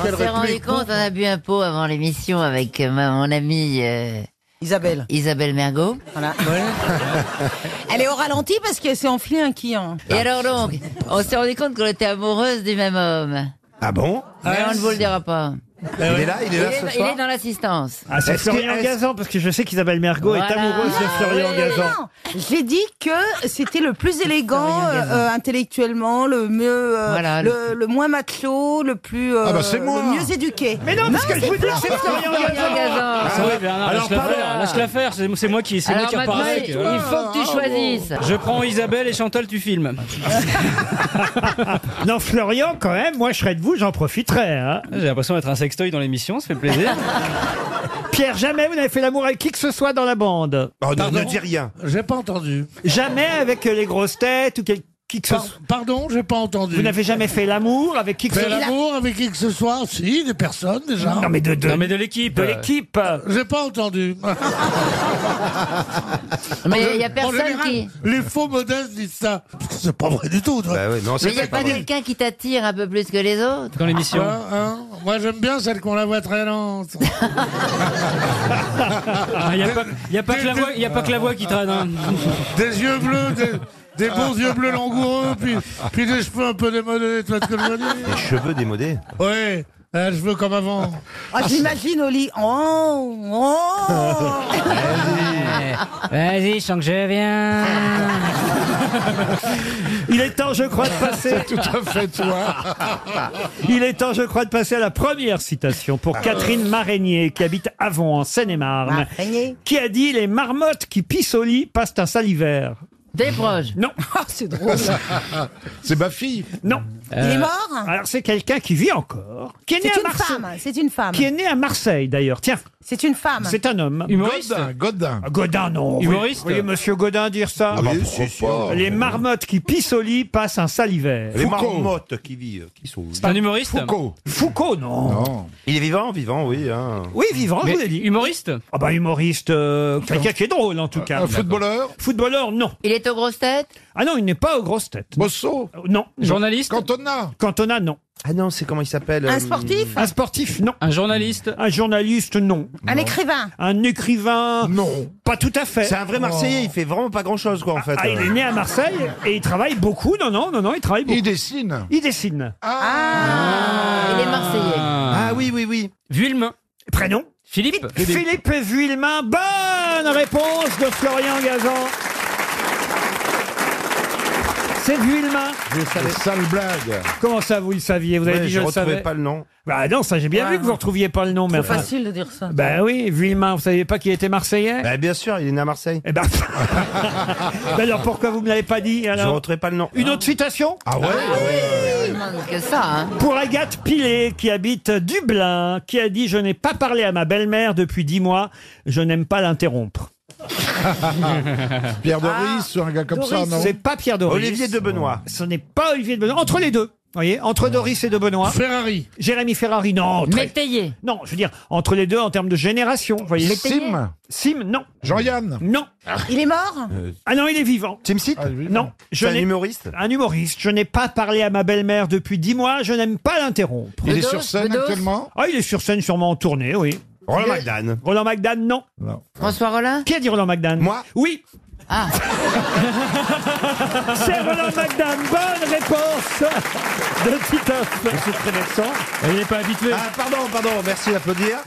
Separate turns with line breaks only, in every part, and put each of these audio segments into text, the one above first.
On s'est rendu compte, on a bu un pot avant l'émission avec euh, ma- mon amie euh,
Isabelle.
Isabelle Mergot.
Voilà. Elle est au ralenti parce qu'elle s'est enflée un client.
Ah. Et alors donc, on s'est rendu compte qu'on était amoureuse du même homme.
Ah bon
Mais on ne vous le dira pas.
Il est là, il est là
il,
ce
est, il
soir
est dans l'assistance.
Ah, c'est
Est-ce que-
Florian
est-ce-
Gazan, parce que je sais qu'Isabelle Mergot est
Voilà.
amoureuse de
Non,
Florian
oui,
Gazan.
Non, j'ai dit que c'était le plus élégant
Florian Gazan.
euh, intellectuellement, le mieux, euh,
Voilà,
le, le moins matelot, le plus, euh,
Ah bah, c'est moi.
le mieux éduqué.
Mais non, parce que je vous dis, c'est Florian
Florian
Gazan.
Gazan.
Ah ouais, Bernard,
Alors,
laisse-la
pardon.
faire,
Ah.
laisse-la faire, c'est c'est moi qui, c'est moi
Alors
qui
maintenant,
repars avec.
il
voilà.
il faut que tu choisisses.
Je prends Isabelle et Chantal, tu filmes.
Ah,
Non, Florian, quand même, moi je serais de vous, j'en profiterais. hein.
J'ai l'impression d'être un sextoy dans l'émission, ça fait plaisir.
Pierre, jamais vous n'avez fait l'amour avec qui que ce soit dans la bande.
Oh, ne-
Pardon
Ne dis rien.
J'ai pas entendu.
Jamais avec euh, les grosses têtes ou quel- qui que ce
Par-
soit.
pardon, j'ai pas entendu.
Vous n'avez jamais fait l'amour avec qui que ce
fait
soit.
l'amour avec qui que ce soit Si, des personnes déjà.
Non, mais de, de,
Non mais de l'équipe.
de l'équipe.
J'ai pas entendu.
Mais il n'y a
En
personne
général,
qui.
Les faux modestes disent ça. Parce que C'est pas vrai du tout. toi.
Bah ouais, non,
Mais
c'est
il n'y a pas
pas vrai.
quelqu'un qui t'attire un peu plus que les autres. Ah
Dans l'émission.
Hein, hein. Moi, j'aime bien celle qu'on la voit très lente.
Ah, Il n'y a, pas- y a pas que la voix- y a pas que la voix qui traîne. hein.
Des yeux bleus, des, des bons yeux bleus langoureux, puis, puis des cheveux un peu démodés, tu vois ce que je veux dire
Cheveux démodés.
Oui, euh, cheveux comme avant.
Ah, J'imagine au lit. Oh, oh.
Vas-y, je sens que je viens.
Il est temps, je crois, de passer.
Tout à fait toi.
Il est temps, je crois, de passer à la première citation
Ah.
pour Catherine Maraignier, qui habite Avon, en Seine-et-Marne,
Araignée.
qui a dit Les marmottes qui pissent au lit passent un sale hiver.
Des proches.
Non, Ah,
C'est drôle.
C'est ma fille.
non.
Il est mort
Euh. Alors, c'est quelqu'un qui vit encore, qui est né
C'est
à
une
Marseille.
femme. C'est une femme.
Qui est né à Marseille, d'ailleurs. Tiens,
C'est une femme.
c'est un homme.
Humoriste
Godin.
Ah, Godin, non. Vous
Humoriste
voyez monsieur Godin dire ça
Ah, bah, pourquoi pas
Les marmottes qui pissent au lit passent un sale hiver.
Les marmottes qui vivent, qui sont.
C'est un humoriste
Foucault, non.
Il est vivant, vivant, oui. hein.
Oui, vivant, je
Mais
vous l'ai dit.
humoriste
Ah bah humoriste, euh, quelqu'un qui est drôle en tout cas.
footballeur.
Footballeur, non.
Il est aux grosses têtes.
Ah non, il n'est pas aux grosses têtes.
Bosso.
Euh, Non.
Journaliste
Cantona.
Cantona, non.
Ah non, c'est comment il s'appelle euh,
Un sportif
Un sportif, non.
Un journaliste
Un journaliste, non.
Un écrivain
Un écrivain,
Non.
pas tout à fait.
C'est un vrai Marseillais, il fait vraiment pas grand chose, quoi, en fait.
Ah, il est né à Marseille et il travaille beaucoup. Non, non, non, non, il travaille beaucoup.
Il dessine.
Il dessine.
Ah,
Ah.
Il est marseillais.
Ah.
Ah oui, oui, oui.
Vuillemin.
Prénom
Philippe
Philippe Vuillemin. Bonne réponse de Florian Gazan. C'est Vuillemin.
Sale blague.
Comment ça, vous le saviez Vous avez
Ouais,
dit
je
je le
retrouvais
savais.
pas le nom. Ah
Bah non, ça j'ai bien vu que vous ne retrouviez pas le nom. Mais enfin-
Facile de dire ça.
Bah oui, Vuillemin, vous saviez pas qu'il était marseillais
Bah, bien sûr, il est né à Marseille.
Eh ben, Mais alors pourquoi vous me l'avez pas dit
Je
alors
retrouvais pas le nom.
Une autre citation
Ah ouais
Je demande que ça. hein.
pour Agathe Pilet qui habite Dublin, qui a dit je n'ai pas parlé à ma belle-mère depuis dix mois, je n'aime pas l'interrompre.
Pierre
Ah,
Doris ou un gars comme ça, non
C'est pas Pierre Doris.
Olivier de Benoît.
Ce n'est pas Olivier de Benoît. Entre les deux, vous voyez, entre Doris et de Benoît,
Ferrari.
Jérémy Ferrari, non. très-
Métayer.
Non, je veux dire entre les deux en termes de génération, vous voyez.
Sim.
Sim, non,
Jean-Yann.
non.
Il est mort
Euh,
Ah non, il est vivant.
Tim Sit
Non, je
C'est un
n'ai-
humoriste
Un humoriste. Je n'ai pas parlé à ma belle-mère depuis dix mois. Je n'aime pas l'interrompre.
Il est sur scène actuellement
Ah, il est sur scène sûrement en tournée, oui.
Roland McDan.
Roland McDan, non.
François Rollin.
Qui a dit Roland McDan
Moi
Oui.
Ah.
C'est Roland McDan. Bonne réponse de Titoff.
C'est très vexant.
Il n'est pas habitué.
Ah, pardon, pardon, merci d'applaudir.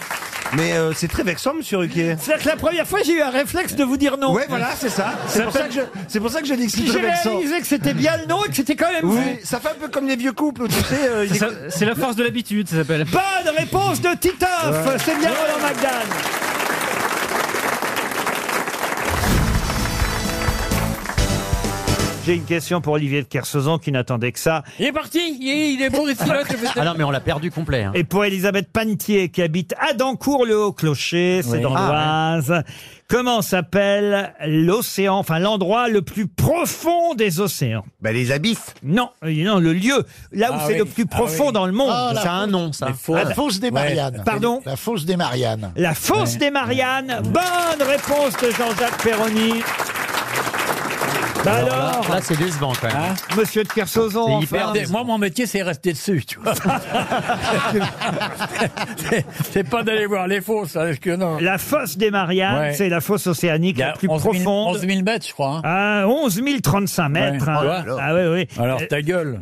Mais euh, c'est très vexant, monsieur Ruquier.
C'est-à-dire que la première fois, j'ai eu un réflexe de vous dire non.
Ouais, voilà, c'est ça. C'est pour ça que je, c'est pour ça que je dis que c'est
J'ai
très vexant.
réalisé que c'était bien le nom et que c'était quand même
Oui,
vous.
ça fait un peu comme les vieux couples, où tu sais. euh, il est-
Ça, C'est
Ah,
la force de l'habitude, ça s'appelle.
Bah,
Bonne réponse de Titoff. C'est bien Roland McDan. J'ai une question pour Olivier de Kersauzon qui n'attendait que ça.
Il est parti, il est, il est bon, les filotes.
Ah non, mais on l'a perdu complet. hein.
Et pour Elisabeth Pantier, qui habite à Dancourt, le Haut-Clocher, c'est
Oui. Ah,
dans l'Oise. Comment s'appelle l'océan, enfin l'endroit le plus profond des océans
Bah, les abysses.
Non, euh, non, le lieu, là où
Ah
c'est
oui.
le plus profond dans le monde.
Ah, ça a un nom, ça.
La fosse des Mariannes.
Pardon
La fosse des Mariannes.
La fosse des Mariannes. Bonne réponse de Jean-Jacques Perroni. Bah
Là,
alors,
là, c'est décevant quand même.
monsieur de Kersauzon,
C'est
enfin,
hyper dé-
Moi, mon métier, c'est rester dessus, tu vois. C'est- c'est pas d'aller voir les fosses, parce que non.
la fosse des Mariannes,
Ouais.
Hein, c'est la fosse océanique
Il y
la
a
plus
11 000
profonde.
11 000 mètres, je crois. hein.
Ah, 11 035 mètres.
Ouais.
hein.
Oh là là.
Ah oui, oui.
Alors,
Euh,
ta gueule.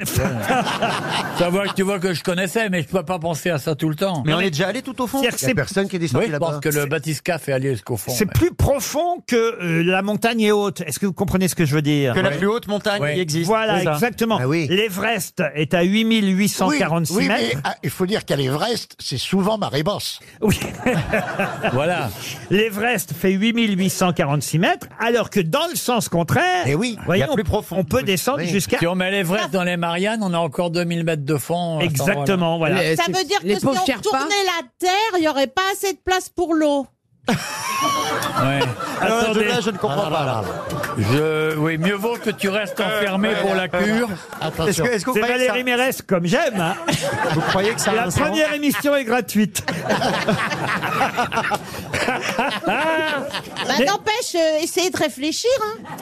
Ça voit que tu vois que je connaissais, mais je peux pas penser à ça tout le temps.
Mais on est déjà allé tout au fond.
c'est-à-dire que c'est-
personne qui est
Oui,
descendu
je
là-bas.
pense que le Batisca fait aller jusqu'au fond.
c'est
mais-
plus profond que euh, la montagne est haute. Est-ce que vous comprenez ce que je veux dire
Que la plus haute montagne
Ouais.
qui existe. c'est
Voilà,
ça.
exactement.
Ah oui.
L'Everest est à 8846
oui, mais
mètres.
ah, il faut dire qu'à l'Everest, c'est souvent marée basse.
Oui.
Voilà.
L'Everest fait 8846 mètres, alors que dans le sens contraire,
Eh oui,
vous voyez,
il y a plus
on-
profond.
on peut descendre
Oui.
jusqu'à...
Si on met l'Everest dans les Mariannes, on a encore 2000 mètres de fond. euh, sans-
Exactement, voilà.
Eh,
Ça veut dire que si on
Sherpas.
tournait la terre, il n'y aurait pas assez de place pour l'eau.
Ouais.
Ah, je,
Attendez.
là, je ne comprends pas. là.
Je... Oui, mieux vaut que tu restes
Euh,
enfermé pour la cure.
Est-ce
Attention.
que, est-ce que vous,
C'est
croyez
Valérie
que
Mérès, comme j'aime. hein.
ça, vous croyez que ça a
La
un sens
première émission est gratuite.
Bah, n'empêche, euh, essayez de réfléchir.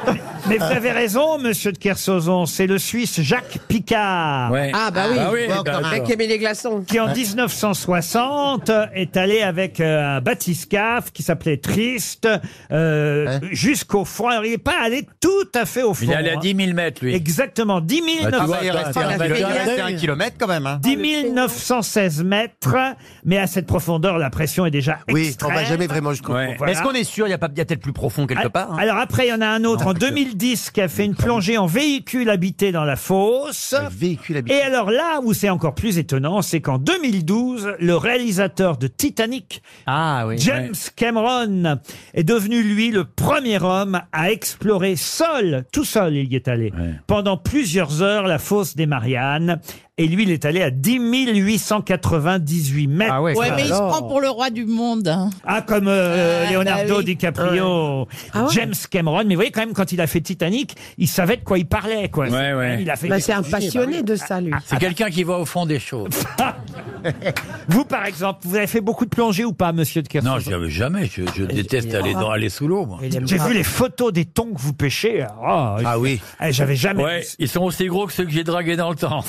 hein.
Mais vous avez raison, monsieur de Kersauzon, c'est le Suisse Jacques Picard.
Ouais.
Ah, bah oui.
Bah oui,
Bon,
bah,
le mec
alors.
qui aimait les glaçons.
qui en 1960 est allé avec euh, un bathyscaphe qui s'appelait Triste euh,
Hein
jusqu'au fond. Alors, il n'est pas allé tout à fait au fond.
Il est allé à
hein.
10 000 mètres, lui.
Exactement, 10
Ah, tu
900
vois, il reste
Ah,
un-
bah,
il
bah,
reste
bah,
un kilomètre quand même. hein.
10 916 mètres, mais à cette profondeur, la pression est déjà
Oui, on
extrême.
va jamais vraiment jusqu'au
Ouais. Ah.
fond.
Voilà.
Est-ce qu'on est sûr Il y a pas peut-être plus profond quelque
Al-
part hein
Alors après, il y en a un autre en 2010 qui a fait une plongée en véhicule habité dans la fosse.
Un véhicule habité.
Et alors là où c'est encore plus étonnant, c'est qu'en 2012, le réalisateur de Titanic,
Ah oui.
James Cameron, est devenu lui le premier homme à explorer seul, tout seul il y est allé, pendant plusieurs heures la fosse des Mariannes. Et lui, il est allé à 10 898 mètres.
Ah ouais.
Ouais,
ça,
mais il se
alors.
prend pour le roi du monde. hein.
Ah, comme euh,
Ah,
Leonardo
bah oui.
DiCaprio, James Cameron. Mais vous voyez, quand même, quand il a fait Titanic, il savait de quoi il parlait, quoi.
Ouais, ouais.
Il a fait
Bah,
des-
c'est un passionné de ça,
Ah,
lui.
C'est quelqu'un qui va au fond des choses.
Vous, par exemple, vous avez fait beaucoup de plongées ou pas, monsieur de Kersauzon
Non, j'avais jamais. Je, je déteste aller, dans, aller sous l'eau, moi.
J'ai vu les photos des thons que vous pêchez. Ah,
Ah oui.
eh, J'avais jamais
Ouais,
vu ça.
ils sont aussi gros que ceux que j'ai dragués dans le temps.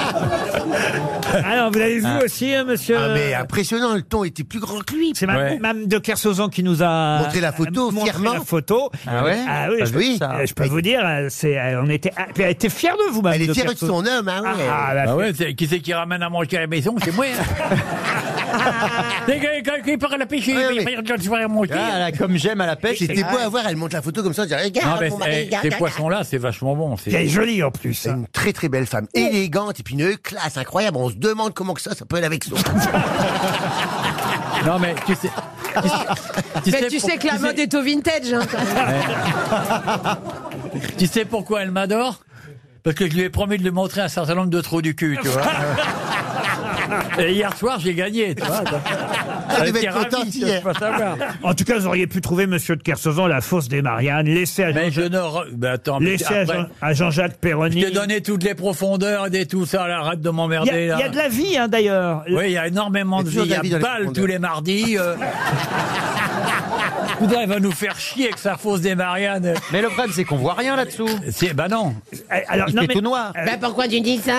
Alors, vous avez vu aussi, hein, monsieur
Ah, mais impressionnant, le ton était plus grand que lui.
C'est madame,
Ouais.
madame de Kersauzon qui nous a
Montré la photo,
montré
fièrement.
la photo. Euh,
Ah ouais
oui,
Ah
je,
oui.
peux- je peux vous dire, euh, c'est, euh, on était, ah, puis elle était fière de vous, madame
Elle est
de
fière de
Kersauzon.
son homme, hein, ouais.
Ah, bah,
Ah ouais, c'est- qui c'est qui ramène à manger à la maison C'est moi. hein. C'est que- quand il part à la pêche, il
Ouais,
il
mais-
va dire, je vais aller manger.
Ah, là, comme j'aime à la pêche.
C'était beau à voir, elle monte la photo comme ça, on
Ah,
dirait,
Non,
regarde,
mais
mon
eh,
mari, regarde,
ces
regarde.
poissons-là, c'est vachement bon.
Puis elle est
C'est
jolie en plus.
C'est
hein.
une très très belle femme, élégante et puis une classe incroyable. On se demande comment que ça, ça peut aller avec son.
Non, mais tu sais. Tu sais,
Mais tu sais que la mode est au vintage. hein.
est... tu sais pourquoi elle m'adore Parce que je lui ai promis de lui montrer un certain nombre de trous du cul, tu vois. Et hier soir, j'ai gagné, tu vois.
Elle
était
devait être
ravie,
contente
je
hier.
peux savoir.
En tout cas, vous auriez pu trouver Monsieur de Kersauzon la fosse des Mariannes, laissez à,
Mais je ne. re- Ben attends, mais
laissez à
après,
Jean- hein, à Jean-Jacques
je
Perroni.
t'ai donné toutes les profondeurs et tout ça, là, arrête de
Il y, a-
m'emmerder.
il y
là.
a de la vie, hein, d'ailleurs.
Oui, il y a énormément
Il y a toujours
de vie. Il
de la vie
y
dans
a
les
balle
profondeurs.
tous les mardis. euh. Putain, elle va nous faire chier avec sa fosse des Mariannes.
Mais le problème, c'est qu'on voit rien là-dessous.
C'est, bah non.
Eh, Alors,
Il
non,
fait
mais
tout noir.
Bah, pourquoi tu dis ça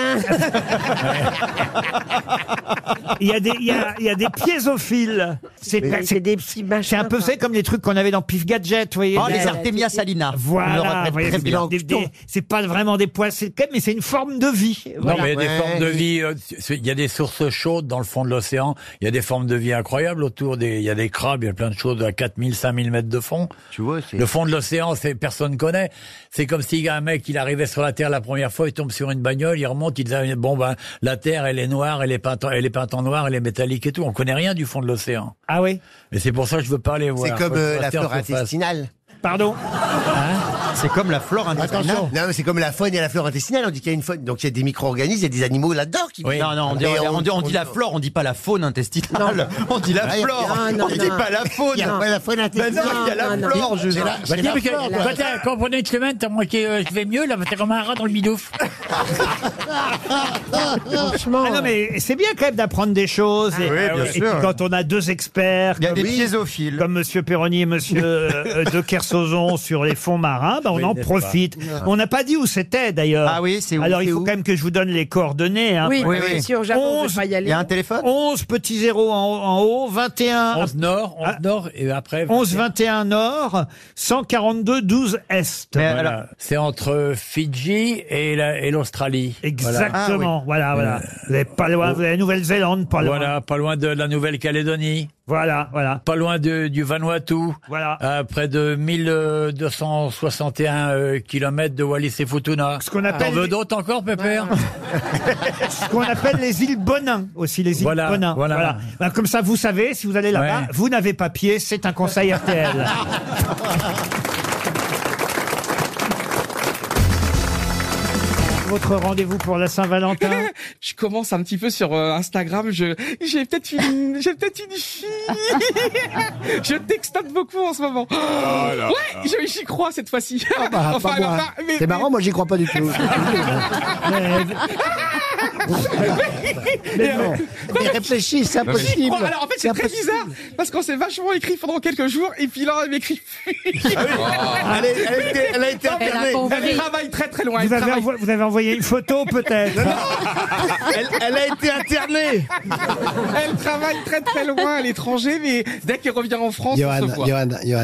il y a des, il y a, il y a des piézophiles. C'est
C'est
c'est-
des petits machins.
c'est un peu, vous savez, comme les trucs qu'on avait dans Pif Gadget, vous voyez.
Oh,
des-
les Artemia salina. On le
Voilà,
regrette
vous voyez,
très
c'est
bien.
des- des- c'est pas vraiment des poissons, c'est quand même- mais c'est une forme de vie. Voilà.
Non, mais il y a des
Ouais.
formes de vie. euh, c'est- Il y a des sources chaudes dans le fond de l'océan. Il y a des formes de vie incroyables autour. Des, il y a des crabes, il y a plein de choses à 4000, 5000 mètres de fond.
Tu vois, c'est.
Le fond de l'océan, c'est personne connaît. C'est comme si un mec, il arrivait sur la Terre la première fois, il tombe sur une bagnole, il remonte, il dit bon ben la Terre, elle est noire, elle est peinte, en- elle est peinte en noir, elle est métallique et tout. On connaît rien du fond de l'océan.
Ah oui,
Et c'est pour ça que je veux pas aller voir.
C'est comme
Faut
euh,
que je
la
reste en
flore
surface.
intestinale.
pardon.
Hein
C'est comme la flore intestinale.
Non, mais c'est comme la faune et la flore intestinale. On dit qu'il y a une faune, donc il y a des micro-organismes, il y a des animaux là-dedans qui.
Oui. Non, non, on dit,
Mais
on, dit- on dit la flore, on dit pas la faune intestinale. On dit la
Ah, y a-
flore.
non, non,
on dit
non.
pas la faune.
Il n'y a pas la faune
Ben non,
intestinale.
il y a la
Non, non.
flore, je
C'est la,
Bah,
c'est
dis,
la
mais que-
flore,
quand
quoi.
t'as- quand on est une semaine, t'as moitié, euh, je vais mieux, là, t'es comme un rat dans le bidouf.
Ah non, mais c'est bien quand même d'apprendre des choses.
Ah
et,
oui, bien
et puis
sûr.
quand on a deux experts.
Il y a
comme-
des piézophiles.
Comme Monsieur Perroni et Monsieur euh, de Kersauzon sur les fonds marins, bah, on
Oui,
en
n'est-ce
profite.
pas.
On n'a pas dit où c'était d'ailleurs. Ah oui, c'est
où,
Alors il
c'est
faut
où
quand même que je vous donne les coordonnées. hein,
Oui,
parce que-
bien sûr, j'avoue, je vais pas y aller.
téléphone 11 petits zéros en haut, en haut, 21.
11 nord,
Ah.
11 nord, et après.
11 21 nord, 142 12 est.
Voilà. C'est entre Fidji et la- et l'Australie. Voilà.
Ah
Euh,
Exactement. Voilà, voilà. Vous n'êtes pas loin, vous avez la Nouvelle-Zélande, pas loin.
Voilà, pas loin de la Nouvelle-Calédonie.
Voilà, voilà.
Pas loin de- du Vanuatu.
Voilà.
À près de 1261 km euh, de Wallis et Futuna.
Ce qu'on appelle-
T'en veux d'autres encore, Pépère
Ce qu'on appelle les îles Bonin, aussi les îles
Voilà,
Bonin.
voilà.
Ben, comme ça, vous savez, si vous allez là-bas,
Ouais.
vous n'avez pas pied, c'est un conseil RTL. Votre rendez-vous pour la Saint-Valentin
Je commence un petit peu sur euh, Instagram. Je j'ai peut-être une j'ai peut-être une fille. je textate beaucoup en ce moment.
Oh
là
ouais, je- j'y crois cette fois-ci.
Ah,
bah,
Ah,
pas
Enfin,
moi,
enfin,
hein.
mais-
C'est marrant, moi j'y crois pas du tout.
Mais
non. Mais réfléchis, c'est
J'y
impossible.
crois. Alors en fait, c'est très
impossible.
bizarre parce qu'on s'est vachement écrit pendant quelques jours et puis là, elle m'écrit. Ah
Elle est- elle a été- elle a été
Non, mais
internée.
Elle, travaille très très loin.
vous
elle
avez,
travaille.
envo- vous avez envoyé une photo peut-être
elle, a été internée. Elle travaille très très loin à l'étranger, mais dès qu'elle revient en France, on
Johan,
se voit.
Johan, Johan.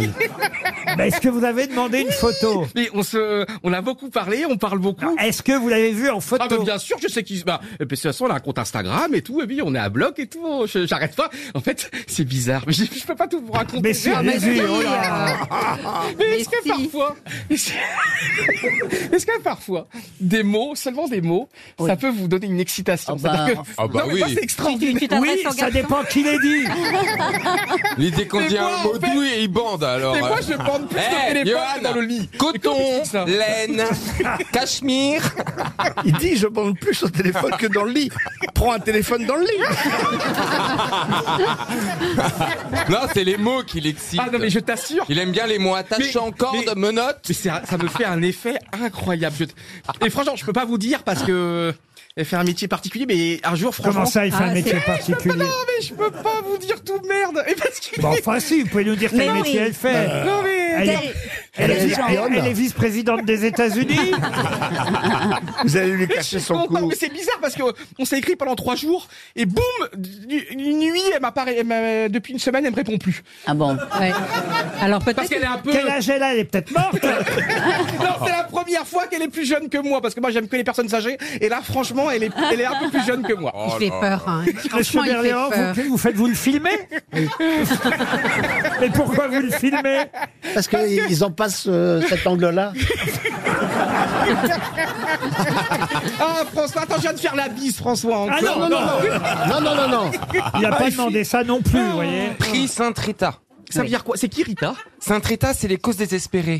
Mais Est-ce que vous avez demandé une photo
Mais on se, on a beaucoup parlé, on parle beaucoup.
Est-ce que vous l'avez vu en photo
ah, mais Bien sûr, je sais qui. Bah, et puis, de toute façon, on a un compte Instagram et tout. Et puis, on est à bloc et tout. on- je- J'arrête pas. En fait, c'est bizarre. Mais je, je peux pas tout vous raconter.
Mais si,
Ah,
allez-y,
si.
oh là.
Mais est-ce que parfois, est-ce- est-ce que parfois, des mots, seulement des mots, ça peut vous donner une excitation
Ah bah,
C'est-à-dire
ah bah
Non, mais ça,
oui.
c'est extraordinaire.
Tu- tu t'adresses
oui,
au
ça
garçon.
dépend qui les dit.
L'idée qu'on
Mais
dit
moi,
un mot
en fait-
doux et il bande alors.
Mais moi,
euh.
je bande plus
Eh,
au téléphone
Johan,
que dans le lit.
Coton, laine, cachemire.
Il dit je bande plus au téléphone que dans le lit. Prends un téléphone dans le lit.
non, c'est les mots qui l'excitent.
Ah non, mais je t'assure.
Il aime bien les mots attachants, cordes,
mais-
menottes.
mais c'est un- ça me fait un effet incroyable. Je- Et franchement, je peux pas vous dire parce que euh, elle fait un métier particulier, mais un jour, franchement.
Comment ça, il fait un métier
Eh, je peux pas-
particulier
Non, mais je peux pas vous dire tout merde. Et parce que-
Bon, enfin, si, vous pouvez nous dire quel
Mais
métier
oui. Bah,
elle fait.
Non, mais-
Elle est- elle est- elle- elle est vice-présidente des États-Unis.
Vous allez lui cacher son cou. Mais c'est bizarre parce que on s'est écrit pendant trois jours et boum, du- une nuit, elle m'apparaît, elle m'a- depuis une semaine, elle me répond plus.
Ah bon
Alors peut-être parce qu'elle est un peu.
Quel âge elle a Elle est peut-être morte.
non, c'est la première fois qu'elle est plus jeune que moi parce que moi j'aime que les personnes âgées et là franchement, elle est, elle est un peu plus jeune que moi.
Il fait peur. Hein.
Monsieur
Franchement, il fait
Berléand,
peur.
vous, vous faites-vous le filmer Mais pourquoi vous le filmez
Parce qu'ils en passent euh, cet angle-là.
Ah François, attends, je viens de faire la bise François. encore.
Ah non, non, non.
Non, non, non, non.
Il n'a pas
Ah,
demandé ça non plus, vous voyez.
Prix Saint-Rita.
Ça veut dire quoi C'est qui Rita
Saint-Rita, c'est les causes désespérées.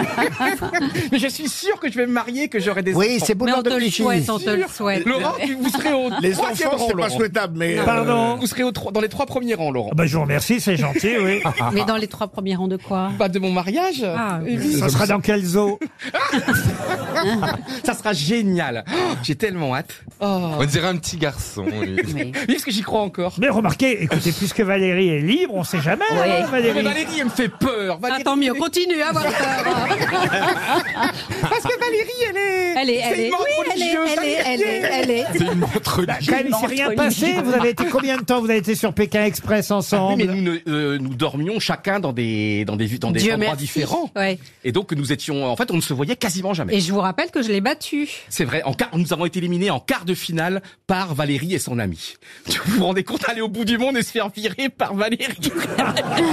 Mais je suis sûr que je vais me marier, que j'aurai des
Oui,
enfants.
c'est Boulevard Mais on te de le Clichy. souhaite, on te le
Sûr.
souhaite.
Laurent, tu- vous serez au
Les
troisième
enfants,
rang,
c'est pas
Laurent.
souhaitable, mais, euh,
Pardon
Vous serez au tro- dans les trois premiers rangs, Laurent.
Ah bah, je vous remercie, c'est gentil, oui.
Mais dans les trois premiers rangs de quoi
Pas de mon mariage.
Euh,
Ah,
Eh oui.
Ça sera dans quel zoo
Ça sera génial. Oh, J'ai tellement hâte. Oh.
On dirait un petit garçon. lui.
Oui, parce que j'y crois encore.
Mais remarquez, écoutez, puisque Valérie est libre, on sait jamais, hein,
Mais
Ah,
Valérie.
Valérie, elle me fait peur. Valérie,
Tant mieux, continue hein, à avoir
Ah,
peur.
Parce que Valérie, elle est.
Elle est, elle
C'est
est.
une montre
Oui, elle est,
religieuse,
elle est, elle est, elle est.
C'est une montre
Bah, quand même, il s'est rien passé. Vous avez été combien de temps Vous avez été sur Pékin Express
Oui,
ensemble
mais nous, ne- euh, nous dormions chacun dans des, dans des, dans des
Dieu
endroits
merci.
différents.
Ouais.
Et donc, nous étions. En fait, on ne se voyait quasiment jamais.
Et je vous rappelle que je l'ai battu.
C'est vrai, en quart- nous avons été éliminés en quart de finale par Valérie et son ami. Vous vous rendez compte, aller au bout du monde et se faire virer par Valérie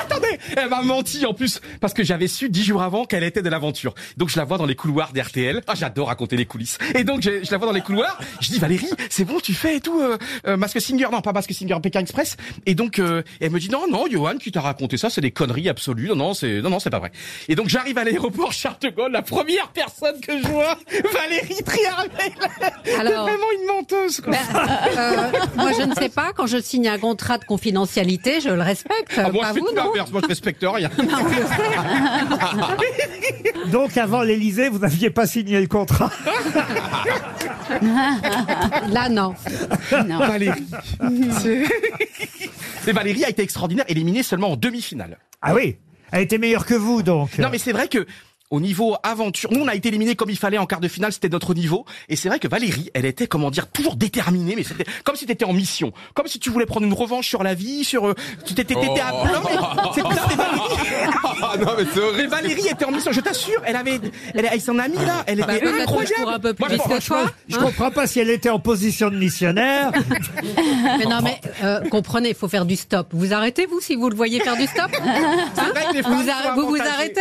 Attendez, elle m'a menti en plus, parce que j'avais su dix jours avant qu'elle était de l'aventure. Donc je la vois dans les couloirs d'RTL. Ah, j'adore raconter les coulisses. Et donc je, je la vois dans les couloirs, je dis Valérie, c'est bon, tu fais et tout, euh, euh, Mask Singer, non pas Mask Singer, Pékin Express. Et donc euh, elle me dit non, non, Johan, tu t'as raconté ça, c'est des conneries absolues, non, non, c'est non, non, c'est pas vrai. Et donc j'arrive à l'aéroport Charles de Gaulle, la première personne que je vois,
Euh,
Valérie Triarmel.
Alors-
C'est vraiment une menteuse. Quoi.
Ben, euh, moi, je ne sais pas. Quand je signe un contrat de confidentialité, je le respecte.
Ah, moi,
pas
je fais
vous,
tout
non
l'inverse, moi je respecte rien.
Non, on le sait.
Donc avant l'Elysée, vous n'aviez pas signé le contrat.
Là, non. Non.
Valérie. C'est- Et Valérie a été extraordinaire, éliminée seulement en demi-finale.
Ah oui Elle était meilleure que vous, donc.
Non, mais c'est vrai que. Au niveau aventure, nous on a été éliminés comme il fallait en quart de finale, c'était notre niveau. Et c'est vrai que Valérie, elle était, comment dire, toujours déterminée, mais c'était comme si t'étais en mission, comme si tu voulais prendre une revanche sur la vie, sur, euh, tu t'étais, t'étais à
Oh.
plein. C'est ça, mais
Ah non, mais c'est
Valérie,
horrible.
Valérie était en mission, je t'assure, elle avait, elle, elle s'en a mis là,
Ah
elle
Bah,
était
peut-être
incroyable.
pour un peu plus
Moi, je
de
pense-
fois.
franchement,
Je comprends pas si elle était en position de missionnaire.
Mais non, mais euh, comprenez, il faut faire du stop. Vous arrêtez, vous, si vous le voyez faire du stop Hein
vrai que les femmes
Vous, arr-
sont
vous vous
avantagées.
arrêtez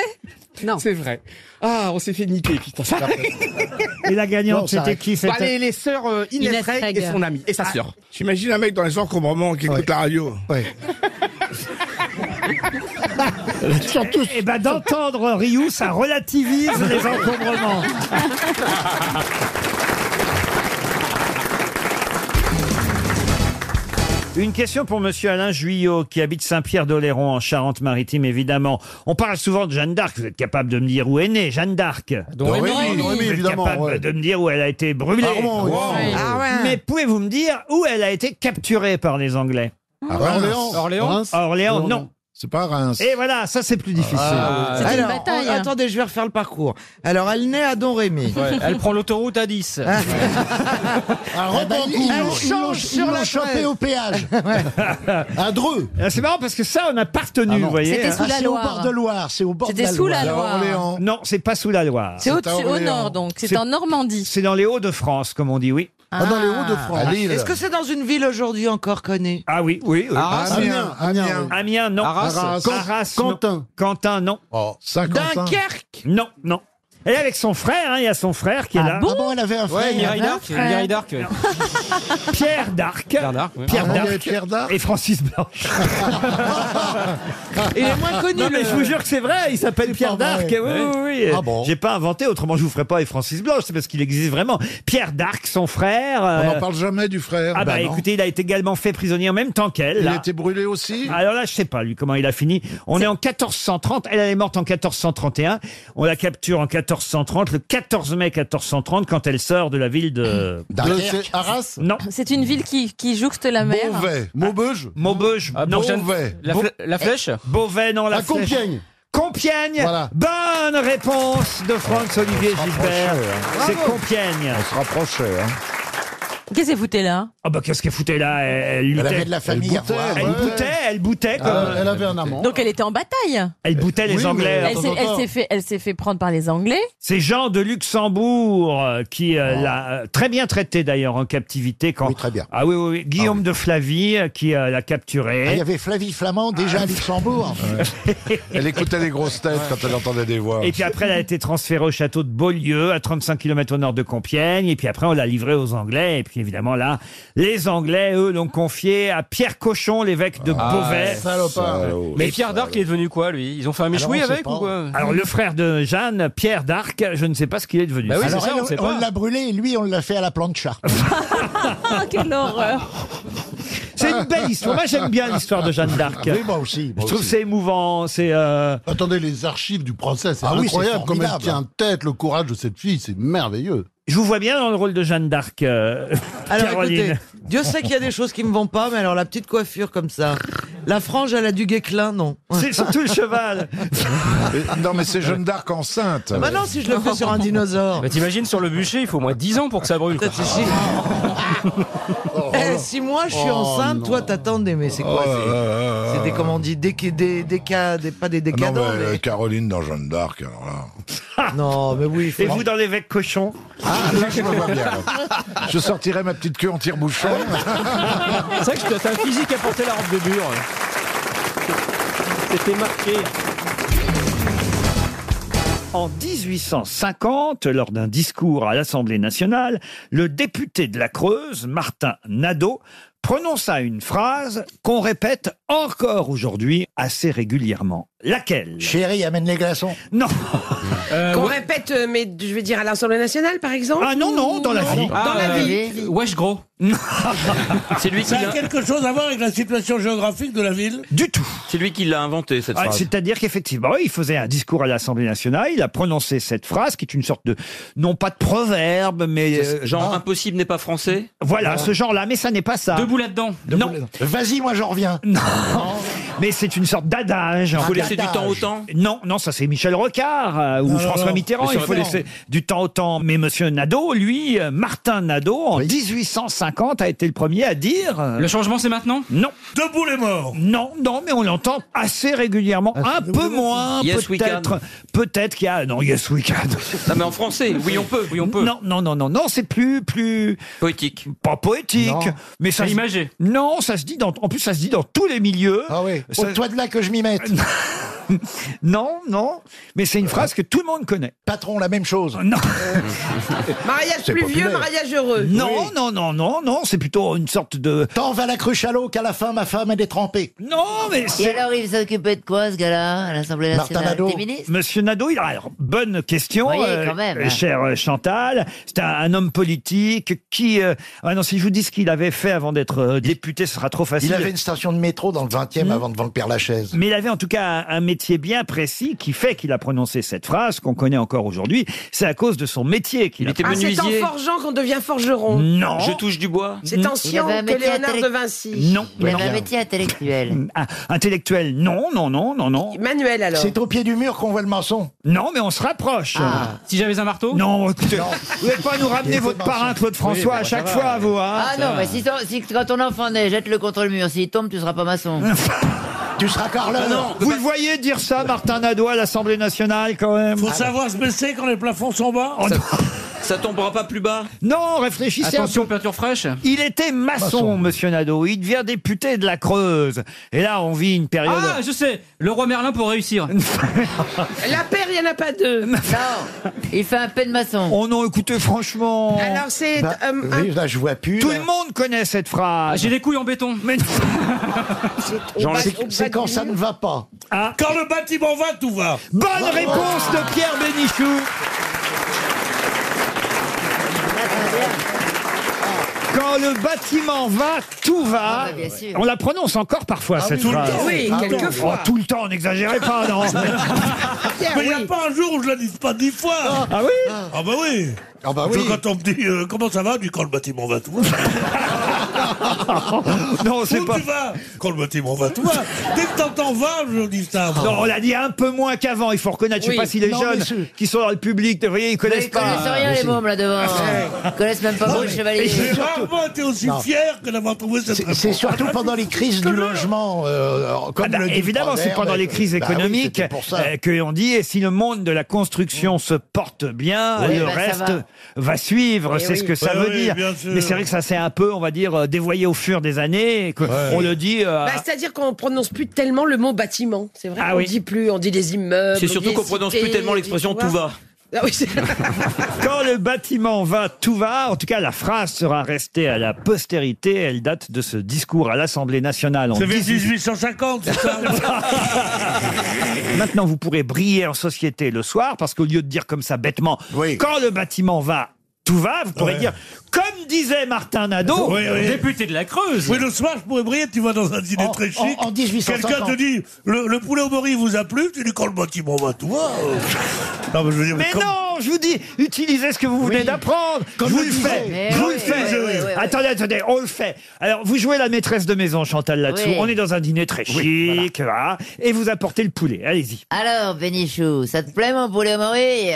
Non.
C'est vrai. Ah, on s'est fait niquer, putain. ça-
Et la gagnante,
Non, ça
c'était
arrête.
qui c'était-
Bah, les, les sœurs euh, Inès,
Inès Ah.
Reg
Reg.
et son amie, et sa sœur.
J'imagine un mec dans les encombrements qui écoute la radio.
Et ben d'entendre Ryu, ça relativise les encombrements. Une question pour Monsieur Alain Juillot, qui habite Saint-Pierre-d'Oléron, en Charente-Maritime, évidemment. On parle souvent de Jeanne d'Arc. Vous êtes capable de me dire où est née Jeanne d'Arc
Dans Rémy, Rémy,
Vous êtes
évidemment, euh,
capable
ouais.
de me dire où elle a été brûlée.
Armand, oui. Wow. Ah ouais.
Mais pouvez-vous me dire où elle a été capturée par les Anglais
À Reims. Orléans. Reims.
Orléans,
Non,
non.
non. C'est pas Reims.
Et voilà, ça c'est plus difficile.
Ah,
C'est une
alors,
bataille,
on-
hein.
Attendez, je vais refaire le parcours. Alors, elle naît à Ah, Don Rémy.
Elle prend l'autoroute à 10.
Ah,
elle change sur la
chopé au péage.
Un dreux. Euh, C'est marrant parce que ça, on n'a pas retenu, vous voyez. hein.
C'était sous Ah, la c'est au Loire. bord de Loire,
C'est au
bord C'était de la sous la Loire. Loire. Orléans.
Non, c'est pas sous la Loire.
C'est au- C'est à au Orléans. nord, donc. C'est en
Normandie. C'est dans les Hauts-de-France, comme on dit, oui.
Ah,
Ah, À Lille.
Est-ce que c'est dans une ville aujourd'hui encore connue
Ah oui, oui. oui.
Arras,
Amiens,
Amiens, Ah,
Amiens,
oui.
Amiens, non.
Arras.
Arras, non.
Quentin.
Quentin, non.
Oh.
Saint-Quentin. Dunkerque.
Non, non. Elle est avec son frère, hein, il y a son frère qui est
Ah
là.
bon Ah bon, elle avait un frère, Ouais, il y Mireille avait un Darc, frère. Mireille Darc, ouais.
Non. Pierre Darc. Pierre Darc,
oui.
Pierre
Ah, il y
Darc.
avait Pierre Darc.
Et Francis Blanche.
Il est moins connu,
Non, mais
le-
je vous jure que c'est vrai, il s'appelle Pierre
pas
Darc.
vrai.
Oui, oui, oui.
Ah bon
J'ai pas inventé, autrement je vous ferai pas et Francis Blanche, c'est parce qu'il existe vraiment. Pierre Darc, son frère.
On
euh,
n'en parle jamais du frère.
Ah bah,
Ben
non.
écoutez, il a été également fait prisonnier en même temps qu'elle.
Il
là.
a été brûlé aussi
Alors là, je sais pas lui comment il a fini. On est... en 1430, elle elle est morte en 1431. On la capture en 1430, le 14 mai 1430, quand elle sort de la ville de
Dunkerque. De- Arras
Non.
C'est une ville qui, qui jouxte la mer.
Maubeuge. Maubeuge. non.
Beauvais.
La
Beau-
fle- la flèche
Beauvais, non, la
À
flèche.
Compiègne.
Compiègne.
Voilà.
Bonne réponse de Franz-Olivier
On se rapprochait,
Gilbert.
hein.
C'est
Bravo.
Compiègne.
On se rapprochait. Hein.
Qu'est-ce que vous foutez là
Ah bah qu'est-ce qu'elle foutait là Elle, elle
Elle
luttait.
avait de la famille
Elle
à
boutait,
voir,
elle
ouais.
boutait, elle boutait comme-
Ah, elle avait un amant.
Donc elle était en bataille.
Elle boutait les
Oui,
Anglais.
Elle s'est- elle s'est fait, elle s'est fait prendre par les Anglais.
C'est Jean de Luxembourg euh, qui
Ah.
euh, l'a euh, très bien traité d'ailleurs en captivité quand. très bien. Ah oui, oui, oui. Guillaume de Flavie euh, qui euh, l'a capturé.
Ah, il y avait Flavie Flamand déjà à Luxembourg.
Elle
écoutait les grosses têtes quand elle entendait des voix.
Et puis après, elle a été transférée au château de Beaulieu, à 35 km au nord de Compiègne. Et puis après, on l'a livrée aux Anglais. Et puis évidemment, là, les Anglais, eux, l'ont confiée à Pierre Cochon, l'évêque de
Ah,
Beauvais.
Mais Pierre Darc, il est devenu quoi, lui Ils ont fait un méchoui avec ou quoi
oh, Alors, le frère de Jeanne, Pierre d'Arc, je ne sais pas ce qu'il est devenu.
Bah oui,
Alors, elle, on l'a brûlé et lui, on l'a fait à la plancha. Oh,
Quelle horreur
C'est une belle histoire. Moi, j'aime bien l'histoire de Jeanne d'Arc.
Oui, moi aussi.
je trouve que c'est émouvant. C'est. euh,
Attendez, les archives du procès, c'est
Ah oui, c'est
incroyable comme elle
formidable.
tient tête, le courage de cette fille, c'est merveilleux.
Je vous vois bien dans le rôle de Jeanne d'Arc, euh,
Alors
Caroline.
écoutez, Dieu sait qu'il y a des choses qui me vont pas, mais alors la petite coiffure comme ça, la frange à la du Guéclin, non.
C'est surtout le cheval.
Euh,
non, mais c'est Jeanne d'Arc enceinte.
Ah,
Bah non, si je le fais sur un dinosaure.
Bah, T'imagines sur le bûcher, il faut au moins 10 ans pour que ça brûle. quoi.
Eh, si moi je suis
Oh,
enceinte,
non.
toi t'attendais, mais c'est quoi
Oh,
c'est- C'est des, comment on dit, des, des, des, cas, des, pas des
Non,
décadents.
mais, euh, Caroline dans Jeanne d'Arc, alors là.
non, mais oui.
Et vous dans l'évêque cochon
Ah, là, je me vois bien. là. Je sortirai ma petite queue en tire-bouchon.
C'est vrai que t'as un physique à porter la robe de bure. C'était marqué.
En 1850, lors d'un discours à l'Assemblée nationale, le député de la Creuse, Martin Nadeau, prononça une phrase qu'on répète encore aujourd'hui assez régulièrement. Laquelle
Chérie, amène les glaçons.
Non
Qu'on
ouais.
répète, euh, mais je veux dire à l'Assemblée nationale, par exemple
Ah
Oh
non, non, dans la vie.
Dans la
Ah
Ah,
vie.
Wesh gros.
C'est lui qui
Ça a
l'a.
quelque chose à voir avec la situation géographique de la ville
Du tout.
C'est lui qui l'a inventé cette
Ah,
phrase.
C'est-à-dire qu'effectivement, il faisait un discours à l'Assemblée nationale, il a prononcé cette phrase qui est une sorte de, non pas de proverbe, mais... euh,
Genre impossible n'est pas français.
Voilà, ce genre-là, mais ça n'est pas ça.
Debout là-dedans.
Non,
Vas-y, moi j'en reviens.
non. Mais c'est une sorte d'adage. en
Faut
fait.
laisser du temps au temps
Non, non, ça c'est Michel Rocard euh, ou
Non, non,
François
non.
Mitterrand.
Mais
Il
ça
faut
va.
laisser du temps au temps. Mais Monsieur Nadeau, lui, euh, Martin Nadeau, en 1850, a été le premier à dire. euh,
Le changement c'est maintenant
Non.
Debout les morts
Non, non, mais on l'entend assez régulièrement, un peu moins
Yes, we can.
peut-être. Peut-être qu'il y a non yes we can.
Non mais en français, oui on peut, oui on peut.
Non, non, non, non, non, c'est plus, plus
Poétique.
pas poétique,
Non.
mais ça.
C'est
se-
imagé.
Non, ça se dit dans. En plus, ça se dit dans tous les milieux. Ah oui.
Pour toi de là que je m'y mette. Euh.
Non, non, mais c'est une phrase que tout le monde connaît.
Patron, la même chose. Euh,
Non,
Mariage
C'est
plus
populaire.
vieux, mariage heureux.
non, non, non, non, non, c'est plutôt une sorte de.
Tant va la cruche à l'eau qu'à la fin, ma femme, elle est trempée.
Non, mais
Et
c'est.
alors, il s'occupait de quoi, ce gars-là, à l'Assemblée
Martin
nationale
Nadeau.
T'es ministre
Monsieur Nadeau, il a alors, bonne question,
Voyez, quand même.
cher euh, Chantal. C'est un, un homme politique qui. euh, ah non, si je vous dis ce qu'il avait fait avant d'être euh, député, ce sera trop facile. Hmm.
Il avait une station de métro dans le 20e avant de vendre Père Lachaise.
Mais il avait en tout cas un un métier bien précis qui fait qu'il a prononcé cette phrase qu'on connaît encore aujourd'hui. C'est à cause de son métier qu'il
Il
a.
était
Ah, c'est en
menuisier.
forgeant qu'on devient forgeron.
Non.
Je touche du bois. Mm.
C'est en
Il
sciant
avait un
que
métier
Léonard
intellect-
de Vinci.
Non.
Il
non.
avait un métier intellectuel.
Ah, intellectuel, non, non, non, non, non.
Manuel, alors.
C'est au pied du mur qu'on voit le mensonge.
Non, mais on se rapproche.
Ah.
Si j'avais un marteau
Non, écoutez, vous n'êtes pas à nous ramener votre parrain Claude François à chaque fois, à vous. Hein.
Ah non, mais si, ton- si- quand ton enfant naît, jette-le contre le mur. S'il tombe, tu seras pas maçon.
Tu seras Ah, bah. carleur.
Ah, Vous le voyez dire ça, Martin Nadeau, à l'Assemblée nationale, quand même
Faut savoir se baisser quand les plafonds sont bas
Oh, non.
Ça tombera pas plus bas.
Non, réfléchissez
Attention
un peu.
peinture fraîche.
Il était maçon, monsieur Nadeau. Il devient député de la Creuse. Et là, on vit une période...
Ah, je sais, le roi Merlin pour réussir.
La paire, il n'y en a pas deux.
Non, il fait un peu de maçon.
On en écouté Oh franchement...
Alors, c'est.
Bah,
euh, un-
oui, là, je vois plus.
Hmm. Tout
là.
le monde connaît cette
Ah,
phrase.
J'ai les couilles en béton.
Mais
au
Genre,
bas-
c'est-
au bas
C'est
du
quand ça
mur.
ne va pas.
Ah,
Quand le bâtiment va, tout va
bonne
Oh.
réponse de Pierre Bénichou. Quand le bâtiment va, tout va.
Ah bah, bien sûr.
On la prononce encore parfois cette
oui,
phrase.
Oui,
Ah,
Oh,
quelquefois.
tout le temps, n'exagérez pas, non
Pierre,
Mais il n'y
oui.
a pas un jour où je la dise pas dix fois
Ah oui
Ah bah oui
Ah bah
Je-
oui.
Quand on me dit euh, comment ça va, je dis quand le bâtiment va, tout va.
Non, c'est
Où
pas.
tu vas Quand le bâtiment va, tout va. Dès que t'entends
Ah,
va, je dis ça. moi.
Non, on l'a dit un peu moins qu'avant, il faut reconnaître. Je sais
Oui.
pas si les
Non, mais
jeunes
c'est-
qui sont dans le public, vous voyez, ils
Mais
connaissent
ils connaissent
pas.
rien, les mômes, là, devant. Ils connaissent même pas Bruce Chevalier.
J'ai rarement été aussi fier que d'avoir trouvé cette
C'est
réponse. Ah,
c'est surtout pendant les crises du logement. euh, comme
Ah bah,
le dit le
évidemment, c'est
proverbe,
pendant les
euh,
crises
bah oui,
économiques
c'était pour ça.
euh, que l'on dit, et si le monde de la construction se porte bien,
Oui,
le
bah, ça
reste
va.
va. suivre,
Eh
c'est
oui.
ce que ça
Ouais,
veut
oui,
dire.
bien sûr.
Mais c'est vrai que ça s'est un peu, on va dire, euh, dévoyé au fur des années, et que on le dit... euh,
Bah, C'est-à-dire qu'on prononce plus tellement le mot bâtiment. C'est vrai.
Ah
on
oui.
dit plus, on dit les immeubles.
C'est
on
surtout
dit
qu'on
les
prononce
cités,
plus tellement
on dit,
l'expression
tu
tout
vois.
va.
Ah oui, c'est-
Quand le bâtiment va, tout va. En tout cas, la phrase sera restée à la postérité. Elle date de ce discours à l'Assemblée nationale en
C'est
18...
1850, c'est ça
Maintenant, vous pourrez briller en société le soir parce qu'au lieu de dire comme ça bêtement,
Oui.
quand le bâtiment va, tout va, vous pourrez
Ouais.
dire comme disait Martin
Ah,
Nadeau.
Oui, oui.
Député de la Creuse.
Oui, le soir, je pourrais briller, tu vas dans un dîner
En-
très chic.
en- en 1850.
Quelqu'un te dit, le, le poulet au mori vous a plu, tu dis quand le bâtiment va, tout va. euh. Non, mais je veux dire,
Mais
comme-
non, oh, je vous dis, utilisez ce que vous venez d'apprendre.
Comme
vous
je
le
disais.
faites.
Mais
vous
oui,
le faites.
oui, oui, oui, oui.
Attendez, attendez, on le fait. Alors, vous jouez la maîtresse de maison, Chantal, là-dessous.
Oui.
On est dans un dîner très chic, voilà. Et vous apportez le poulet. Allez-y.
Alors, Bénichou, ça te plaît, mon poulet au morille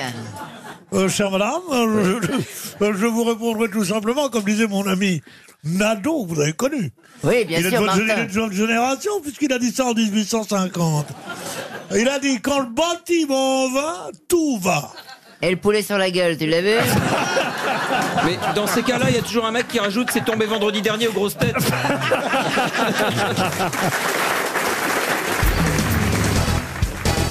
Euh, chère madame, euh, je, je- euh, je vous répondrai tout simplement, comme disait mon ami Nadeau, que vous avez connu.
Oui, bien
il, est de
sûr,
votre, il est
Martin.
de votre génération, puisqu'il a dit ça en 1850. Il a dit, quand le bâtiment va, tout va.
Et le poulet sur la gueule, tu l'as vu
Mais dans ces cas-là, il y a toujours un mec qui rajoute c'est tombé vendredi dernier aux grosses têtes.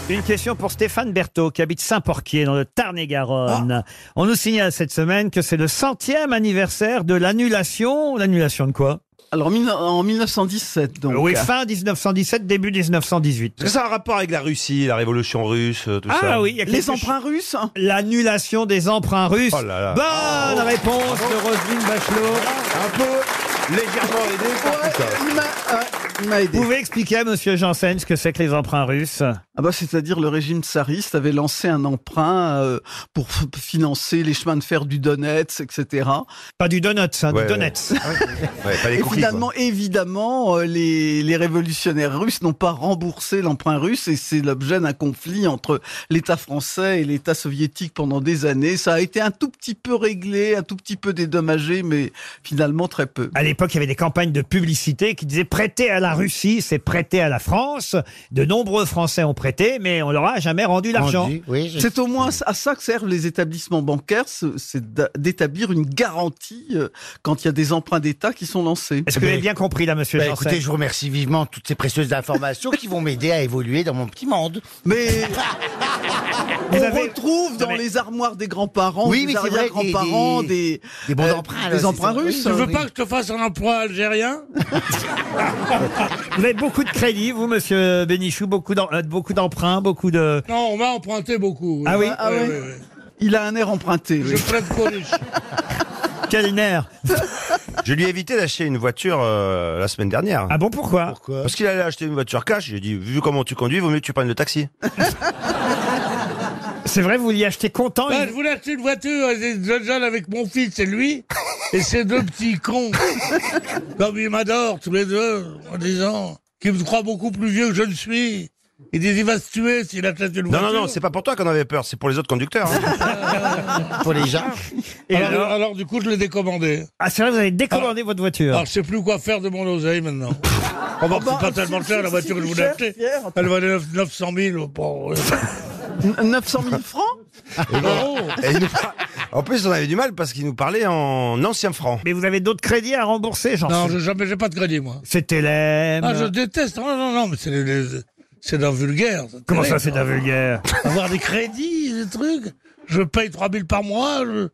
Une question pour Stéphane Berthaud, qui habite Saint-Porquier, dans le Tarn-et-Garonne.
Ah.
On nous signale cette semaine que c'est le centième anniversaire de l'annulation. L'annulation de quoi
Alors, en, mille- en 1917, donc.
Oui, fin 1917, début 1918.
Est-ce que ça a un rapport avec la Russie, la révolution russe, euh, tout
Ah
ça
oui, il y a quelque
Les
chose-
emprunts russes
L'annulation des emprunts russes.
hein Oh là là.
Bonne réponse de Roselyne Bachelot.
Un peu légèrement aidé par tout ça.
Il m'a, euh, il m'a aidé.
Vous pouvez expliquer à Monsieur Janssen ce que c'est que les emprunts russes
Ah bah, c'est-à-dire le régime tsariste avait lancé un emprunt euh, pour f- financer les chemins de fer du Donetsk, etc.
Pas du Donetsk, hein,
Ouais, ouais.
du Donetsk.
Ouais, pas les
Et
cookies,
finalement, évidemment, euh, les, les révolutionnaires russes n'ont pas remboursé l'emprunt russe et c'est l'objet d'un conflit entre l'État français et l'État soviétique pendant des années. Ça a été un tout petit peu réglé, un tout petit peu dédommagé, mais finalement très peu.
À l'époque, il y avait des campagnes de publicité qui disaient prêter à la Russie, c'est prêter à la France. De nombreux Français ont prêté, mais on leur a jamais rendu l'argent.
c'est au moins à ça que servent les établissements bancaires, ce- c'est d'a- d'établir une garantie euh, quand il y a des emprunts d'État qui sont lancés.
Est-ce que vous avez bien compris là, monsieur
Bah,
Janssen
écoutez, je vous remercie vivement toutes ces précieuses informations qui vont m'aider à évoluer dans mon petit monde. Vous
Mais on
avez-
retrouve dans
Non, mais-
les armoires des grands-parents,
Oui, mais
des
c'est vrai, des-
arrière-grands-parents,
des-
des,
des bons
euh,
emprunts, là,
des
c'est
emprunts
ça.
russes.
Tu veux pas que je te fasse un emploi algérien
Vous avez beaucoup de crédits, vous, monsieur Bénichou, beaucoup d'en- euh, beaucoup d'emprunts, beaucoup de...
Non, on m'a emprunté beaucoup.
Ah oui
Ah ouais.
oui, oui.
Il a un air emprunté. oui.
Je prête police.
Quel nerf
Je lui ai évité d'acheter une voiture euh, la semaine dernière.
Ah bon, pourquoi
Parce qu'il allait acheter une voiture cash. J'ai dit, vu comment tu conduis, vaut mieux que tu prennes le taxi.
C'est vrai, vous vouliez acheter content
Ouais,
et-
Bah, je voulais acheter une voiture, j'étais déjà avec mon fils et lui, et ces deux petits cons. Comme ils m'adorent tous les deux, en disant qu'ils me croient beaucoup plus vieux que je ne suis. Ils disent il va se tuer s'il achète une
Non,
voiture.
non, non, c'est pas pour toi qu'on avait peur, c'est pour les autres conducteurs. hein.
Pour les gens.
Et
alors,
alors
alors, du coup, je l'ai décommandé.
Ah, c'est vrai, vous avez décommandé votre voiture.
Alors, je sais plus quoi faire de mon oseille maintenant. On va
bah,
pas
si-
tellement
si-
cher, la
si-
voiture
si
que je voulais
cher,
acheter.
fier.
Elle valait 9 900 000. bon, euh,
900 000 francs
Oh.
Et il nous par- En plus, on avait du mal parce qu'il nous parlait en ancien franc.
Mais vous avez d'autres crédits à rembourser, jean
Non, je jamais, j'ai pas de crédit, moi.
C'était l'aime.
Ah, je déteste. Non, non, non, mais c'est les- les- c'est d'un vulgaire.
Comment
terrible.
ça, c'est de la vulgaire
Avoir des crédits, des trucs. Je paye 3000 par mois, je,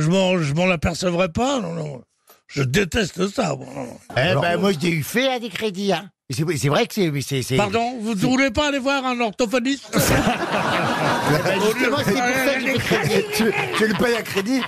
je m'en, je m'en apercevrai pas. Non, non. Je déteste ça. moi, non, euh, non.
Eh ben, moi, j'ai eu fait à des crédits, hein. Et C'est c'est vrai que c'est- mais c'est. c'est-
Pardon, vous ne voulez pas aller voir un orthophoniste
Ben, justement, c'est pour ça que j'ai des crédits.
Tu-
tu le payes à crédit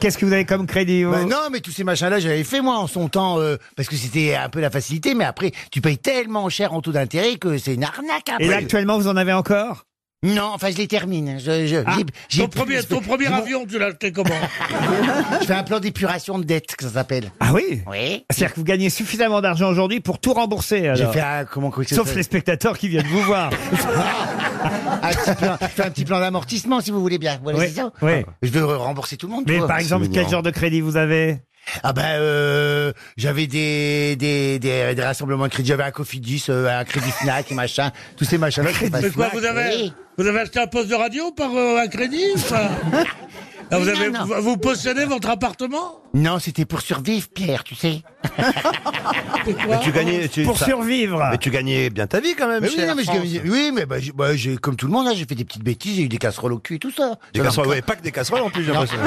Qu'est-ce que vous avez comme crédit vous
Ben non, mais tous ces machins-là, j'avais fait moi en son temps, euh, parce que c'était un peu la facilité, mais après, tu payes tellement cher en taux d'intérêt que c'est une arnaque après.
Et là, actuellement, vous en avez encore Ah,
Non, enfin, je les termine. Je, je, j'ai- j'ai-
Ton premier,
je fais-
ton premier
je m'en-
avion, tu l'as acheté comment
Je fais un plan d'épuration de dette, que ça s'appelle.
Ah oui
Oui.
C'est-à-dire que vous gagnez suffisamment d'argent aujourd'hui pour tout rembourser.
J'ai
alors.
fait un, comment que ça
Sauf
s'appelle
les spectateurs qui viennent vous voir.
un petit plan, je fais un petit plan d'amortissement, si vous voulez bien. Voilà,
Oui,
c'est ça. Ah,
oui.
Je veux rembourser tout le monde.
Mais
toi.
par
C'est
exemple, quel
mignon.
genre de crédit vous avez
Ah ben, euh, j'avais des, des, des, des rassemblements de crédit. J'avais un Cofidis, euh, un Crédit Fnac et machin. Tous ces machins-là. je
Mais
passe
quoi,
Fnac.
vous avez,
Oui.
vous avez acheté un poste de radio par euh, un crédit ou pas Ah, vous,
Non,
avez,
non.
vous- vous possédez votre appartement
Non, c'était pour survivre, Pierre, tu sais.
C'est quoi
tu gagnais. Tu,
Pour
ça-
survivre.
Mais tu gagnais bien ta vie quand même,
Mais oui,
cher
non, mais je-
France.
oui, mais bah, j'ai- bah, j'ai- comme tout le monde, hein, j'ai fait des petites bêtises, j'ai eu des casseroles au cul et tout ça.
Des
Ça
casseroles,
m'a-
ouais, pas que des casseroles en plus, j'ai
Non.
l'impression.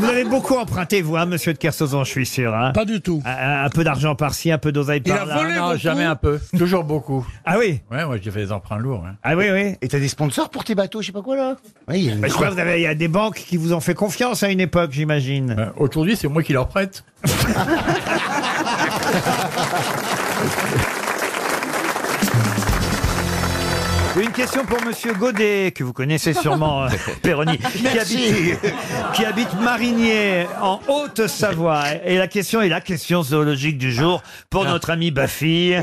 Vous avez beaucoup emprunté, vous, hein, monsieur de Kersauzon, je suis sûr. hein.
Pas du tout.
Un, un peu d'argent par-ci, un peu d'oseille
Il a
par-là.
volé
Non,
beaucoup.
jamais un peu. Toujours beaucoup.
Ah oui
Ouais, moi j'ai fait des emprunts lourds. hein.
Ah oui, oui.
Et t'as des sponsors pour tes bateaux, je sais pas quoi là Oui, il y a une
Bah, je crois que vous avez- il y a des banques qui vous ont fait confiance à une époque, j'imagine.
Euh, Aujourd'hui, c'est moi qui leur prête.
Une question pour Monsieur Godet, que vous connaissez sûrement, euh, Péroni, qui habite, qui habite Marigné, en Haute-Savoie. Et la question est la question zoologique du jour pour notre ami Baffy.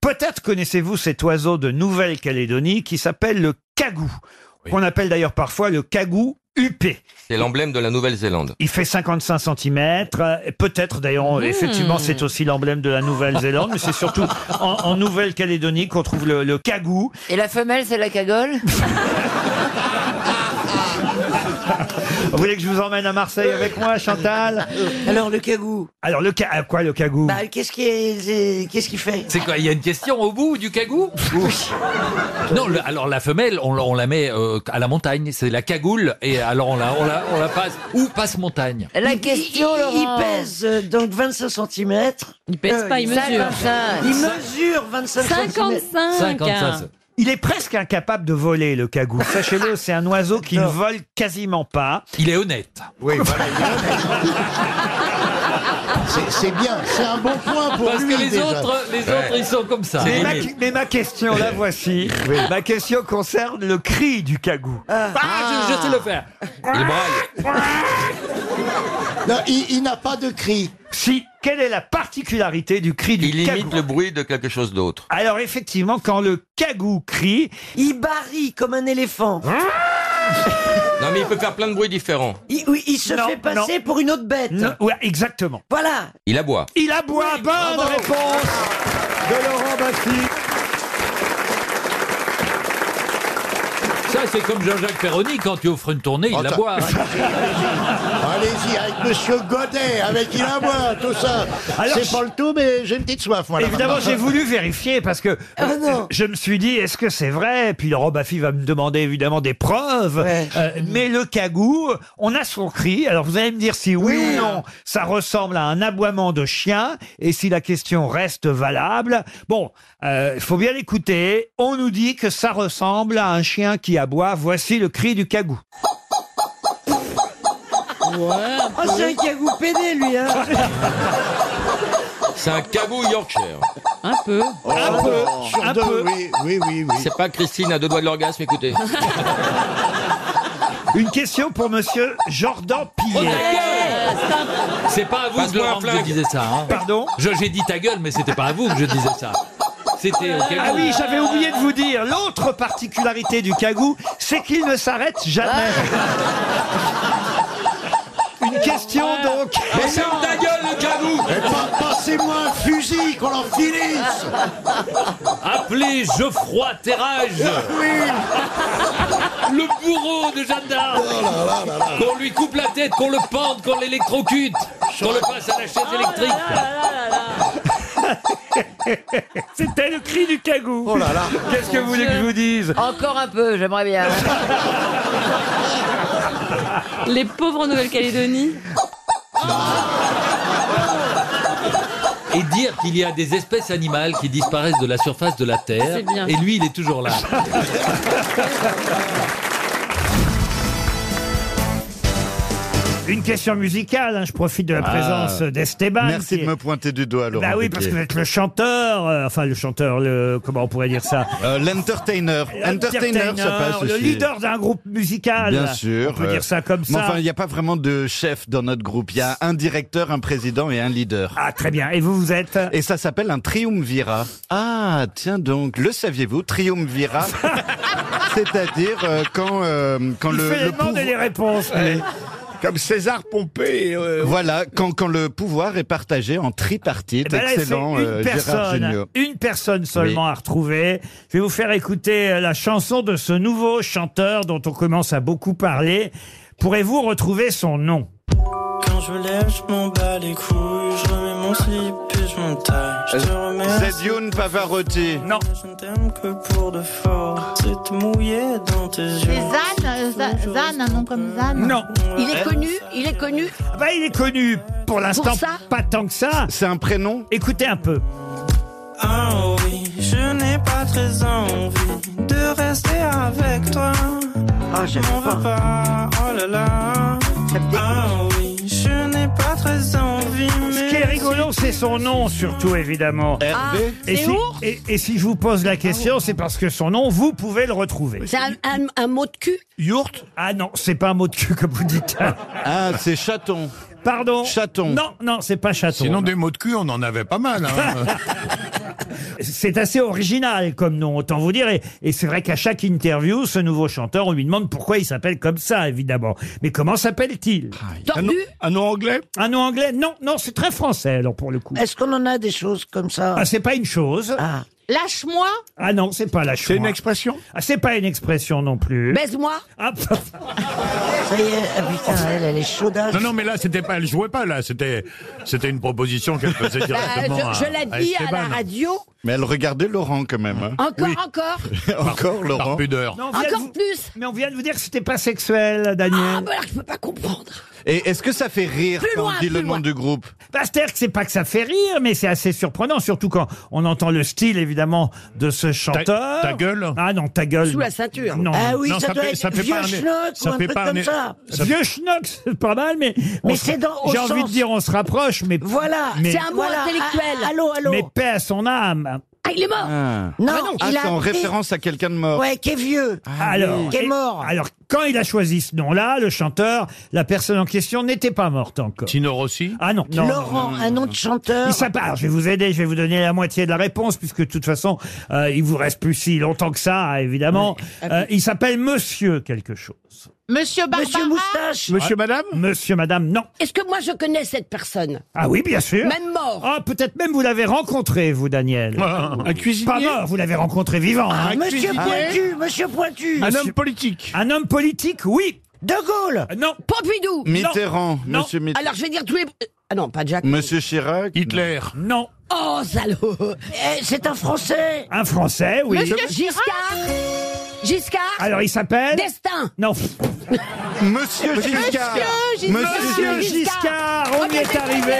Peut-être connaissez-vous cet oiseau de Nouvelle-Calédonie qui s'appelle le cagou, qu'on appelle d'ailleurs parfois le cagou huppé.
C'est l'emblème de la Nouvelle-Zélande.
Il fait 55 cm. Peut-être, d'ailleurs, on- effectivement, c'est aussi l'emblème de la Nouvelle-Zélande, mais c'est surtout en, en Nouvelle-Calédonie qu'on trouve le, le cagou.
Et la femelle, c'est la cagole
Vous voulez que je vous emmène à Marseille avec moi, Chantal
Alors, le cagou
Alors, le ca... ah, quoi, le cagou
Bah, qu'est-ce qui est- qu'est-ce qu'il fait
C'est quoi Il y a une question au bout du cagou Non, le- alors la femelle, on, la- on la met euh, à la montagne, c'est la cagoule, et alors on la, on la, on la passe ou passe montagne.
La question, il, il pèse euh, donc 25 cm. Il
pèse
Euh,
pas, il mesure.
Il mesure 25
55.
55.
Il est presque incapable de voler, le cagou. Sachez-le, c'est un oiseau qui ne vole quasiment pas.
Il est honnête.
Oui,
C'est- C'est bien, c'est un bon point pour
Parce
lui.
que les
déjà.
autres, les autres, ils sont comme ça.
Mais ma,
Ils-
mais ma question, la voici. Ma question concerne le cri du cagou.
Ah,
je, je sais le faire.
Ah.
Il
Non, il, il n'a pas de cri.
Si, quelle est la particularité du cri du
Il
cagou
imite le bruit de quelque chose d'autre.
Alors effectivement, quand le cagou crie, Ah.
il barille comme un éléphant.
Non, mais il peut faire plein de bruits différents.
Il, oui, il se
Non,
fait passer
non.
pour une autre bête.
Ouais, exactement.
Voilà.
Il aboie.
Il aboie. Bonne réponse de Laurent Bassi.
Ça, c'est comme Jean-Jacques Perroni, quand tu offres une tournée,
Oh,
il la boit. hein.
Allez-y, avec Monsieur Godet, avec il à moi, tout ça.
Alors,
C'est pas le tout, mais j'ai une petite soif, moi. là,
Évidemment,
maintenant.
j'ai voulu vérifier parce que euh, je me suis dit, est-ce que c'est vrai Puis Laurent Baffy va me demander évidemment des preuves. Euh, mais le cagou, on a son cri. Alors vous allez me dire si oui, ou non, ça ressemble à un aboiement de chien. Et si la question reste valable, bon, il faut bien l'écouter. On nous dit que ça ressemble à un chien qui aboie. Voici le cri du cagou.
Ah,
Oh, c'est un cagou pédé, lui. Hein.
C'est un cabot Yorkshire.
Un peu.
Oh,
un peu.
Sur deux, oui, oui, oui, oui.
C'est pas Christine à deux doigts de l'orgasme, écoutez.
Une question pour Monsieur Jordan
Oh,
Pillet.
C'est pas à vous, Passe-moi Laurent, un que flingue. je disais ça. hein.
Pardon
Je- J'ai dit ta gueule, mais c'était pas à vous que je disais ça. C'était au cagou.
Ah oui, j'avais oublié de vous dire, l'autre particularité du cagou, c'est qu'il ne s'arrête jamais.
Ah.
Une question donc.
Mais ferme ta gueule, le cagou
Eh, pa- Passez-moi un fusil, qu'on l'en finisse
Appelez Geoffroy Terrage, le bourreau de Jeanne d'Arc. Qu'on lui coupe la tête, qu'on le pende, qu'on l'électrocute, qu'on le passe à la
Oh
chaise électrique.
C'était le cri du cagou. Oh là là. Qu'est-ce que vous voulez que je vous dise
Encore un peu, j'aimerais bien.
Ah,
Les pauvres Nouvelle-Calédonie.
Et dire qu'il y a des espèces animales qui disparaissent de la surface de la Terre.
C'est bien.
Et lui, il est toujours là.
Une question musicale, hein, je profite de la présence
Ah.
d'Esteban.
Merci
qui
de
est-
me pointer du doigt, Laurent.
Bah oui, parce que vous êtes le chanteur, euh, enfin le chanteur, le comment on pourrait dire ça
Euh, L'entertainer. Entertainer, ça passe
le
aussi.
leader d'un groupe musical.
Bien sûr.
On peut
euh,
dire ça comme
mais
ça.
enfin, il n'y a pas vraiment de chef dans notre groupe. Il y a un directeur, un président et un leader.
Ah, très bien. Et vous, vous êtes
Et ça s'appelle un triumvirat. Ah, tiens donc. Le saviez-vous Triumvirat C'est-à-dire euh, quand, euh, quand
Il
le.
fait les
le
demandes et
pouvo-
les réponses, lui.
Ouais.
Comme César Pompée. euh,
Voilà, quand, quand le pouvoir est partagé en tripartite.
Eh ben là, c'est
Excellent,
une
euh, Gérard
personne,
Jugnot.
une personne seulement
Oui.
à retrouver. Je vais vous faire écouter euh, la chanson de ce nouveau chanteur dont on commence à beaucoup parler. Pourrez-vous retrouver son nom
Quand je me lève, je m'en bats les couilles, je remets mon slip et je m'entaille. Je te remercie.
Zedioun Pavarotti.
Non.
Je ne t'aime que pour de fort. C'est te mouiller dans tes yeux.
C'est Zan, euh, Za- Zan, un nom comme Zan
Non.
Il est connu, il est connu.
Ah Bah, il est connu pour l'instant,
Pour ça
pas tant que ça.
C'est un prénom
Écoutez un peu.
Ah oui, je n'ai pas très envie de rester avec toi. Ah, je m'en veux pas. Oh là là. Ah oui, je n'ai pas très envie.
Ce qui est
mais
rigolo, c'est son nom surtout, évidemment.
Ah,
et, si, et, et si je vous pose la question, c'est parce que son nom, vous pouvez le retrouver.
C'est un, un- un mot de cul.
Yourt
Ah non, c'est pas un mot de cul comme vous dites.
Ah, c'est chaton.
Pardon
Chaton.
Non, non, c'est pas chaton.
Sinon,
des
mots de cul, on en avait pas mal. hein.
C'est assez original comme nom, autant vous dire. Et, et c'est vrai qu'à chaque interview, ce nouveau chanteur, on lui demande pourquoi il s'appelle comme ça, évidemment. Mais comment s'appelle-t-il
Tordu
Ah, un nom anglais Un nom anglais Non, non, c'est très français, alors, pour le coup.
Est-ce qu'on en a des choses comme ça
Ah, c'est pas une chose.
Lâche-moi,
Ah non, c'est pas lâche C'est une expression Ah, c'est pas une expression non plus.
baise-moi.
Ça y est, ah putain, elle, elle est chaudage.
Non, non, mais là, c'était pas, elle jouait pas, là. C'était, c'était une proposition qu'elle faisait
Bah,
directement. à-
je je l'ai dit à, la
Esteban.
radio.
Mais elle regardait Laurent quand même. hein.
Encore,
Oui.
encore.
Encore Laurent.
pudeur.
Non, on vient de vous- Mais on vient de vous dire que c'était pas sexuel, Daniel.
Ah, bah
Et est-ce que ça fait rire
Plus
quand
loin,
on dit
plus
le
loin.
nom du groupe
Bah, c'est-à-dire que c'est pas que ça fait rire, mais c'est assez surprenant, surtout quand on entend le style, évidemment, de ce chanteur.
ta gueule
Ah non, ta gueule.
Sous la
ceinture. Non.
Ah oui, ça, doit être vieux schnock ou un truc comme ça.
Vieux schnock, c'est pas mal, mais. on
Mais
se-
c'est dans- au
J'ai envie
sens-
de dire, on se rapproche, mais.
Voilà,
mais-
c'est un mot Voilà. intellectuel. Ah, allô, allô.
Mais paix à son âme.
Ah, il est mort.
Ah.
Non,
Ah,
il
c'est
a-
en référence à quelqu'un de mort.
Ouais, qui est vieux.
Alors,
Qui est
Ah et-
mort.
alors, quand il a choisi ce nom-là, le chanteur, la personne en question n'était pas morte encore.
Tino Rossi
Ah non, non.
Laurent, un nom de chanteur.
Il s'appelle- alors, je vais vous aider, je vais vous donner la moitié de la réponse, puisque de toute façon, euh, il vous reste plus si longtemps que ça, évidemment.
Ah
Euh, il s'appelle Monsieur quelque chose.
Monsieur Barbara. Monsieur Moustache.
Ah, Madame Monsieur Madame, non.
Est-ce que moi je connais cette personne
Ah oui, bien sûr.
Même mort.
Ah, peut-être même vous l'avez rencontré, vous, Daniel.
Ah, Un cuisinier
Pas mort, vous l'avez rencontré vivant. hein.
Ah, Monsieur Pointu, monsieur Pointu.
Monsieur-
politique.
Un homme politique, oui.
De Gaulle.
Euh, Non.
Pompidou.
Mitterrand,
Non.
Monsieur Mitterrand.
Alors je vais dire tous les. Ah non, pas Jack.
Monsieur Chirac.
Hitler.
Non.
Oh, salaud
Eh, C'est un Français.
Un Français, oui.
Monsieur Giscard Giscard
Alors, il s'appelle
Destin
Non.
Monsieur
Monsieur
Oh,
Giscard.
Giscard.
Monsieur Giscard, on y est arrivé.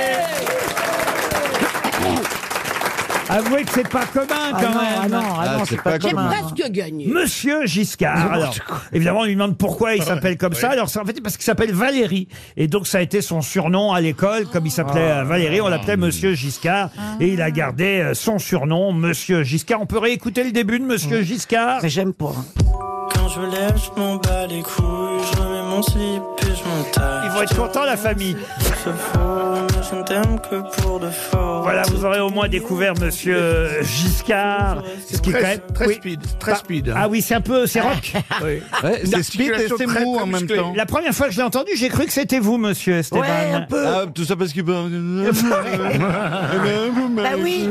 Avouez que c'est pas commun
Ah
quand
non,
même.
ah non, ah Ah, non, c'est c'est pas pas
J'ai
hein.
commun.
presque gagné.
Monsieur Giscard. Alors, évidemment, on lui demande pourquoi il s'appelle comme ça. Alors, c'est en fait parce qu'il s'appelle Valérie. Et donc, ça a été son surnom à l'école. Comme il s'appelait euh, Valérie, on l'appelait Monsieur Giscard. Et il a gardé euh, son surnom, Monsieur Giscard. On peut réécouter le début de Monsieur Giscard.
Mmh. Mais j'aime pas.
Quand je me lève, je m'en bats les couilles, je remets mon slip et je m'entaille.
Ils vont être contents, la famille.
Je fous, mais je ne t'aime que pour de faux.
Voilà, vous aurez au moins découvert Monsieur euh, Giscard. Ce qui est
Très-
quand même-
très
oui.
speed, très
Bah,
speed, hein.
Ah oui, c'est un peu, c'est rock.
Ouais,
Une
c'est speed et
articulation
c'est
très,
mou
très
en même
musclée.
temps.
La première fois que je l'ai entendu, j'ai cru que c'était vous, Monsieur Esteban.
Ouais, un peu.
Ah, tout ça parce qu'il peut.
Bah oui.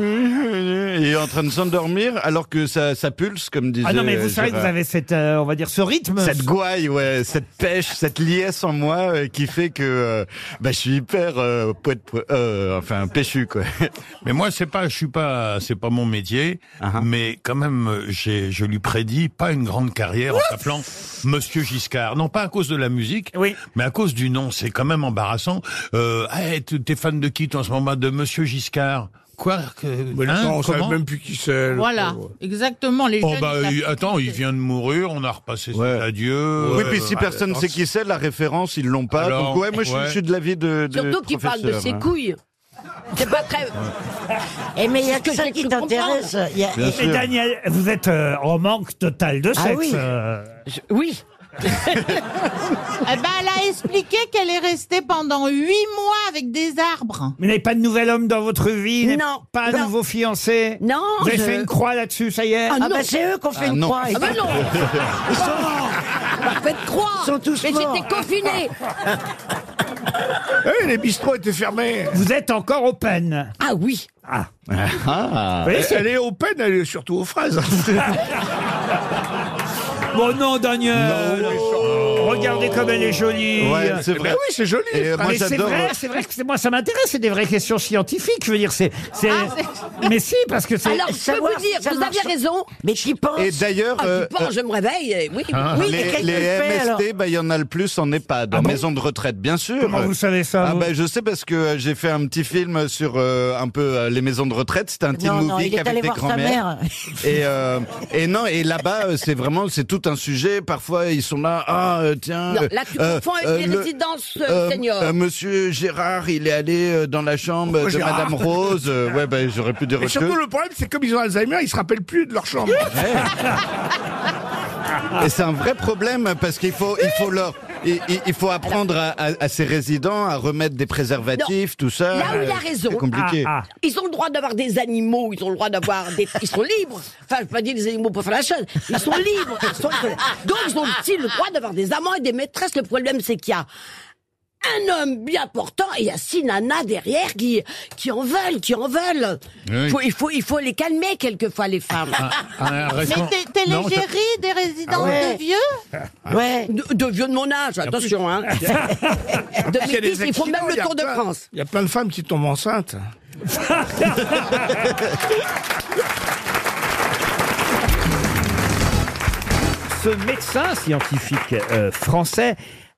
Il est en train de s'endormir alors que ça, ça pulse, comme disait.
Ah non, mais
euh,
vous savez que
Gérard.
vous avez cette, euh, on va dire, ce rythme.
Cette gouaille, ouais, cette pêche, cette liesse en moi euh, qui fait que euh, bah, je suis hyper euh, poète, poète- euh, enfin péchu quoi.
Mais moi, c'est pas, je suis pas, c'est pas mon métier, mais quand même, euh, j'ai, je lui prédis pas une grande carrière en s'appelant Monsieur Giscard. Non, pas à cause de la musique, mais à cause du nom. C'est quand même embarrassant. Euh, hey, tu- t'es fan de qui toi, en ce moment De Monsieur Giscard Quoi que, hein,
on savait
comment
même plus qui c'est.
Voilà, exactement. Les
Oh
jeunes,
bah,
ils savent
il-
pas
attends,
qui
il
c'est.
vient de mourir, on a repassé son adieu.
oui,
euh,
puis si
bah,
personne
Ah,
ne sait qui c'est, la référence ils l'ont pas.
Alors,
Donc ouais, moi je suis-
ouais.
je suis de l'avis de, de
Surtout qu'il parle de
professeur,
ses
hein.
couilles. C'est pas très.
Eh, mais il y a
Parce que
que ça
j'ai
qui
cru
t'intéresse. Il y a-
Bien
Mais
sûr.
Daniel, vous êtes euh, en manque total de
Ah
sexe.
oui.
euh.
Oui.
Eh ben, elle a expliqué qu'elle est restée pendant huit mois avec des arbres.
Vous n'avez pas de nouvel homme dans votre vie n'avez
Non,
Pas de
non.
nouveau fiancé
Non,
Vous avez
je-
fait une croix là-dessus, ça y est
Ah,
non.
bah c'est eux qu'on fait
Ah,
une
non.
croix.
Ah bah non
Ils sont morts.
Bah, Faites croire
Ils sont tous
Mais
morts.
j'étais confinée
Eh, les bistrots étaient fermés.
Vous êtes encore open.
Ah oui
Ah,
Ah.
Vous voyez,
Elle,
c'est-
elle est open, elle est surtout aux fraises.
hein.
Bon, non, Daniel Regardez comme elle est jolie
Ouais, c'est
Eh
vrai.
ben oui, c'est joli.
Et
les
euh, moi
mais c'est
j'adore.
vrai, c'est vrai que c'est- moi ça m'intéresse, c'est des vraies questions scientifiques, je veux dire, c'est, c'est- mais si parce que c'est,
Ah, Alors, je peux
savoir
vous
si
dire,
ça
vous
marche.
aviez raison.
Mais qui pense
Et d'ailleurs,
Ah,
euh,
je pense, je me réveille. eh, Oui,
Ah.
oui.
les,
qu'est-ce
les
qu'elle fait, alors
MST, bah, il y en a le plus en EHPAD, en maison de retraite, bien sûr.
comment vous savez ça
Ah
vous
bah, je sais parce que euh, j'ai fait un petit film sur euh, un peu euh, les maisons de retraite. C'était un petit
Non,
movie
non, il est allé
avec des
voir sa
grands-mères.
mère.
Et, euh, et non, et là-bas, euh, c'est vraiment, c'est tout un sujet. Parfois, ils sont là, ah, euh, tiens.
Non,
euh,
là, tu
euh,
confonds avec
euh,
les
le-
résidences euh,
euh,
seniors.
euh, monsieur Gérard, il est allé euh, dans la chambre de
Gérard
Madame Rose. Euh, ouais, bah, j'aurais pu dire
Et
autre
surtout,
chose.
le problème, c'est comme ils ont Alzheimer, ils se rappellent plus de leur chambre.
Et c'est un vrai problème parce qu'il faut, il faut leur, il, il- il faut apprendre à, à- à ces résidents à remettre des préservatifs, tout ça.
Là où il a
Euh,
raison.
C'est compliqué.
Ah, ah.
Ils ont le droit d'avoir des animaux, ils ont le droit d'avoir des... Ils sont libres. Enfin, je peux pas dire les animaux pour faire la chose. Ils sont libres. Ils sont- Donc, ils ont aussi le droit d'avoir des amants et des maîtresses. Le problème, c'est qu'il y a un homme bien portant et il y a six nanas derrière qui, qui en veulent, qui en veulent.
Oui.
Faut- il, faut, il faut les calmer quelquefois, les femmes.
Ah,
un restaurant-
Mais
T'es l'égérie des résidents
Ouais.
de vieux
Ouais, de, de vieux de mon âge, attention. Hein. de mes fils, ils font même le Tour de France.
Il y a plein de femmes qui tombent enceintes.
ce médecin scientifique euh, français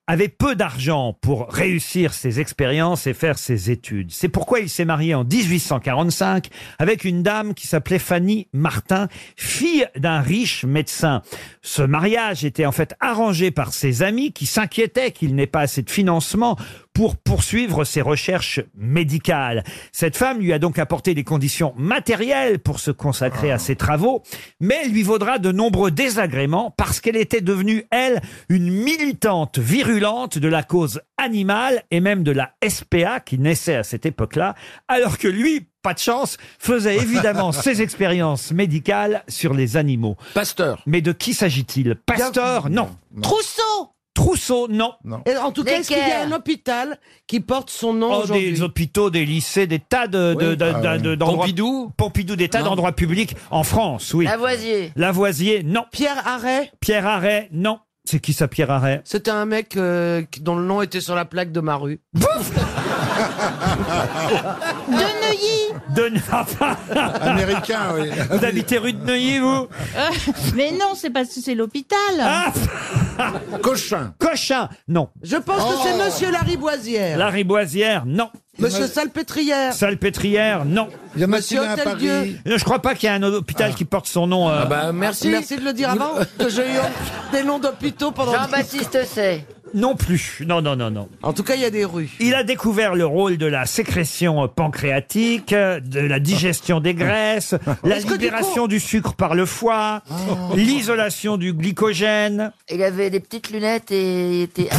avait peu d'argent pour réussir ses expériences et faire ses études. C'est pourquoi il s'est marié en 1845 avec une dame qui s'appelait Fanny Martin, fille d'un riche médecin. Ce mariage était en fait arrangé par ses amis qui s'inquiétaient qu'il n'ait pas assez de financement pour poursuivre ses recherches médicales. Cette femme lui a donc apporté des conditions matérielles pour se consacrer à ses travaux, mais elle lui vaudra de nombreux désagréments parce qu'elle était devenue, elle, une militante virulente de la cause animale et même de la SPA qui naissait à cette époque-là, alors que lui, pas de chance, faisait évidemment ses expériences médicales sur les animaux. Pasteur. Mais de qui s'agit-il Pasteur, non.
Trousseau
Trousseau, non.
Et en tout cas, est-ce qu'il y a un
Necker.
hôpital qui porte son nom
Oh,
aujourd'hui
des hôpitaux, des lycées, des tas de, de-
Oui.
de-
Ah,
de-
oui.
d'endroits-
Pompidou
Pompidou, des tas
Non.
d'endroits publics en France, oui.
Ah,
Lavoisier.
Lavoisier, non.
Pierre Arrêt
Pierre Arrêt, non. C'est qui ça, Pierre Arrêt
C'était un mec euh, qui- dont le nom était sur la plaque de ma rue.
De Neuilly
De
Américain,
oui. Vous habitez rue de Neuilly, vous
Euh, Mais non, c'est parce que c'est l'hôpital.
Ah,
Cochin. Cochin, non.
Je pense que c'est Monsieur Lariboisière.
La Riboisière, non.
Monsieur Salpêtrière.
Salpêtrière, non.
Monsieur Mathilde à Hôtel-Dieu. Paris.
Je crois pas qu'il y a un hôpital qui porte son nom. euh,
bah, Merci de le dire avant que j'ai eu des noms d'hôpitaux pendant.
Jean-Baptiste Say.
Non plus. Non, non, non, non.
En tout cas, il y a des rues.
Il a découvert le rôle de la sécrétion pancréatique, euh, de la digestion des graisses, la
Est-ce que du
libération du sucre par le foie,
Ah.
l'isolation du glycogène.
Il avait des petites lunettes et il était.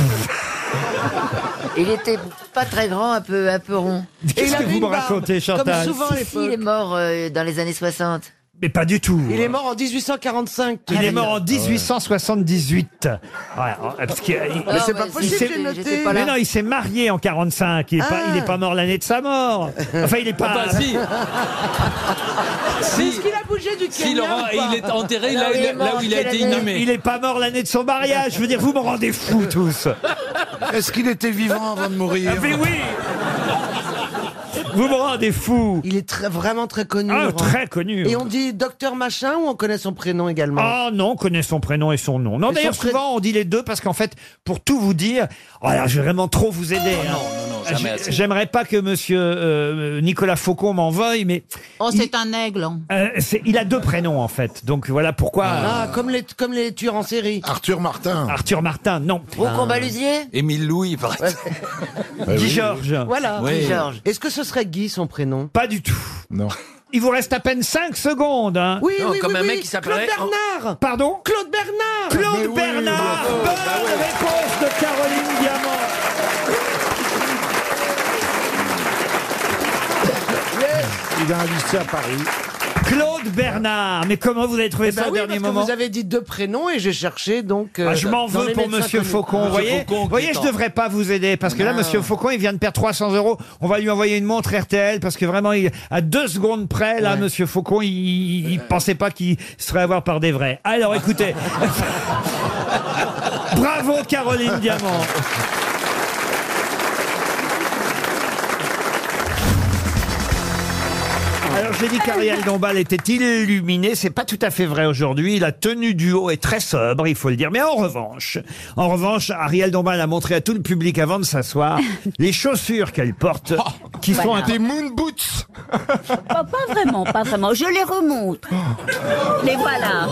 il était pas très grand, un peu, un peu rond.
Qu'est-ce que vous me racontez, Chantal
Si, si, il est mort euh, dans les années 60.
Mais pas du tout.
Il est mort en 1845.
Il est
Ah,
mort en 1878. Ouais, en- parce que, il-
Mais c'est
il
pas
s'est-
possible, j'ai noté. J'étais pas là.
Mais non, il s'est marié en 45. Il est, pas,
Ah. bah
il est pas mort l'année de sa mort. Enfin, il est
Ah
pas.
bah
Enfin, si.
Est-ce qu'il a bougé du Kenya
Si, Laurent,
ou pas Ah
il est enterré là où il a- là où il a été inhumé.
Il est pas mort l'année de son mariage. Je veux dire, vous me rendez fou tous.
Est-ce qu'il était vivant avant de mourir
Ah, Mais oui Vous me rendez fou
Il est très- vraiment très connu.
Ah,
Laurent.
très connu.
Et on dit docteur machin ou on connaît son prénom également
Ah non, on connaît son prénom et son nom. Non,
Et
d'ailleurs,
son pré-
souvent, on dit les deux parce qu'en fait, pour tout vous dire, oh là, je vais vraiment trop vous aider. hein.
Oh non, non, jamais
J'ai-
assez.
J'aimerais pas que monsieur euh, Nicolas Faucon m'en veuille, mais
Oh, c'est un aigle. hein.
euh, c'est- il a deux prénoms, en fait. Donc voilà pourquoi.
Ah, comme les, comme les tueurs en série.
Arthur Martin. Arthur Martin, non.
Balusier
Ah. Émile Louis, par exemple.
Bah
Guy Georges.
Voilà.
Oui. Guy Georges.
Est-ce que ce serait Guy son prénom
Pas du tout.
Non.
Il vous reste à peine 5 secondes. hein.
Oui, oui, oui, oui. Claude Bernard.
Pardon
Claude Bernard.
Claude Bernard. Bonne réponse de Caroline Diamant.
Il a un lycée à Paris.
Claude Bernard. Mais comment vous avez trouvé
Eh ben
ça au
oui,
dernier
parce que
moment
vous avez dit deux prénoms et j'ai cherché donc. euh,
Ah, je m'en
dans
veux
les
pour
médecins
Monsieur
connus.
Faucon. Vous voyez, vous voyez je devrais pas vous aider parce que là,
Non.
Monsieur Faucon, il vient de perdre 300 euros. On va lui envoyer une montre RTL parce que vraiment, il, à deux secondes près, là, Monsieur Faucon, il, il- il pensait pas qu'il serait avoir par des vrais. Alors, écoutez, bravo Caroline Diamant. Alors j'ai dit qu'Ariel Dombal était illuminé, c'est pas tout à fait vrai aujourd'hui. La tenue du haut est très sobre, il faut le dire. Mais en revanche, en revanche, Ariel Dombal a montré à tout le public avant de s'asseoir les chaussures qu'elle porte, qui sont
Oh, voilà.
un
Des
moon boots.
Pas, pas vraiment, pas vraiment. Je les remonte. Les voilà.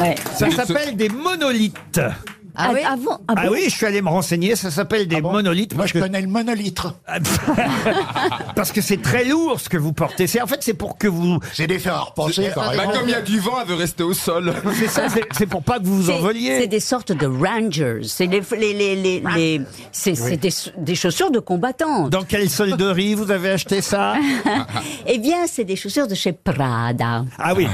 Ouais.
Ça s'appelle des monolithes.
Ah oui Ah bon Ah
Ah
bon
oui, je suis allé me renseigner, ça s'appelle des monolithes. Ah Moi, je connais le monolitre. parce que c'est très lourd ce que vous portez. C'est en fait, c'est pour que vous. J'ai des faire à repenser.
Bah, comme il y a du vent, elle veut rester au sol.
C'est ça, c'est- c'est pour pas que vous vous
C'est-
envoliez.
C'est des sortes de rangers. C'est les, les, les, les, les- c'est c'est des, des chaussures de combattants.
Dans quelle solderie vous avez acheté ça
Eh bien, c'est des chaussures de chez Prada.
Ah oui.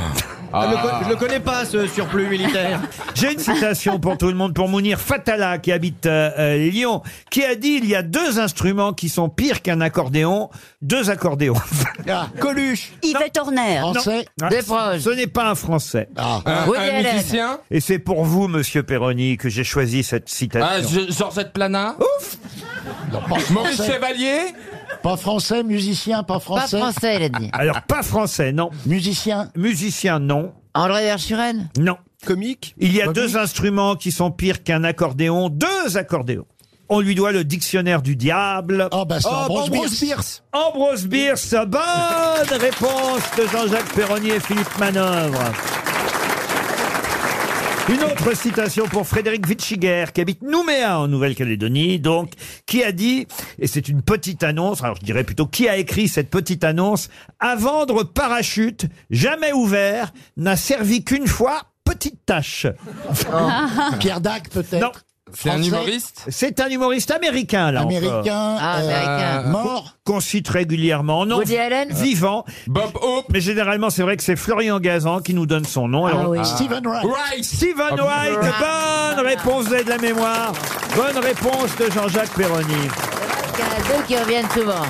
Ah.
Je, le con- je le connais pas, ce surplus militaire.
J'ai une citation pour tout le monde, pour Mounir Fatala, qui habite euh, euh, Lyon, qui a dit il y a deux instruments qui sont pires qu'un accordéon, deux accordéons. Ah, Coluche.
Yves Torner.
Des Ah. Ce n'est pas un français.
Un- Woody un Allen. musicien
Et c'est pour vous, monsieur Perroni, que j'ai choisi cette
Ah,
citation.
je- Georgette Plana
Ouf
Maurice Chevalier
Pas français, musicien, pas français.
français, il a dit.
Alors, pas français, non.
Musicien
Musicien, non.
André Verschuren
Non.
Comique
Il y a deux instruments qui sont pires qu'un accordéon, deux accordéons. On lui doit le dictionnaire du diable. Oh, bah
c'est Oh, Ambrose Ambrose Bierce. Bierce.
Ambrose Bierce, bonne réponse de Jean-Jacques Perronnier et Philippe Manœuvre. Une autre citation pour Frédéric Vitchiger, qui habite Nouméa en Nouvelle-Calédonie, donc, qui a dit, et c'est une petite annonce, alors je dirais plutôt qui a écrit cette petite annonce, à vendre parachute, jamais ouvert, n'a servi qu'une fois, petite tâche.
Ah. Pierre Dac, peut-être
Non.
C'est un Français humoriste
C'est un humoriste américain, là.
Américain,
encore.
Ah, euh, américain. mort
Qu'on cite régulièrement. Non. Euh,
Woody Allen
Vivant.
Bob Hope.
Mais généralement, c'est vrai que c'est Florian Gazan qui nous donne son nom. Alors,
Ah
euh,
oui. Stephen Wright.
Wright.
Stephen
Oh,
Wright.
Wright.
Bonne réponse, vous avez de la mémoire. Bonne réponse de Jean-Jacques Perroni.
Il y en a deux qui reviennent souvent.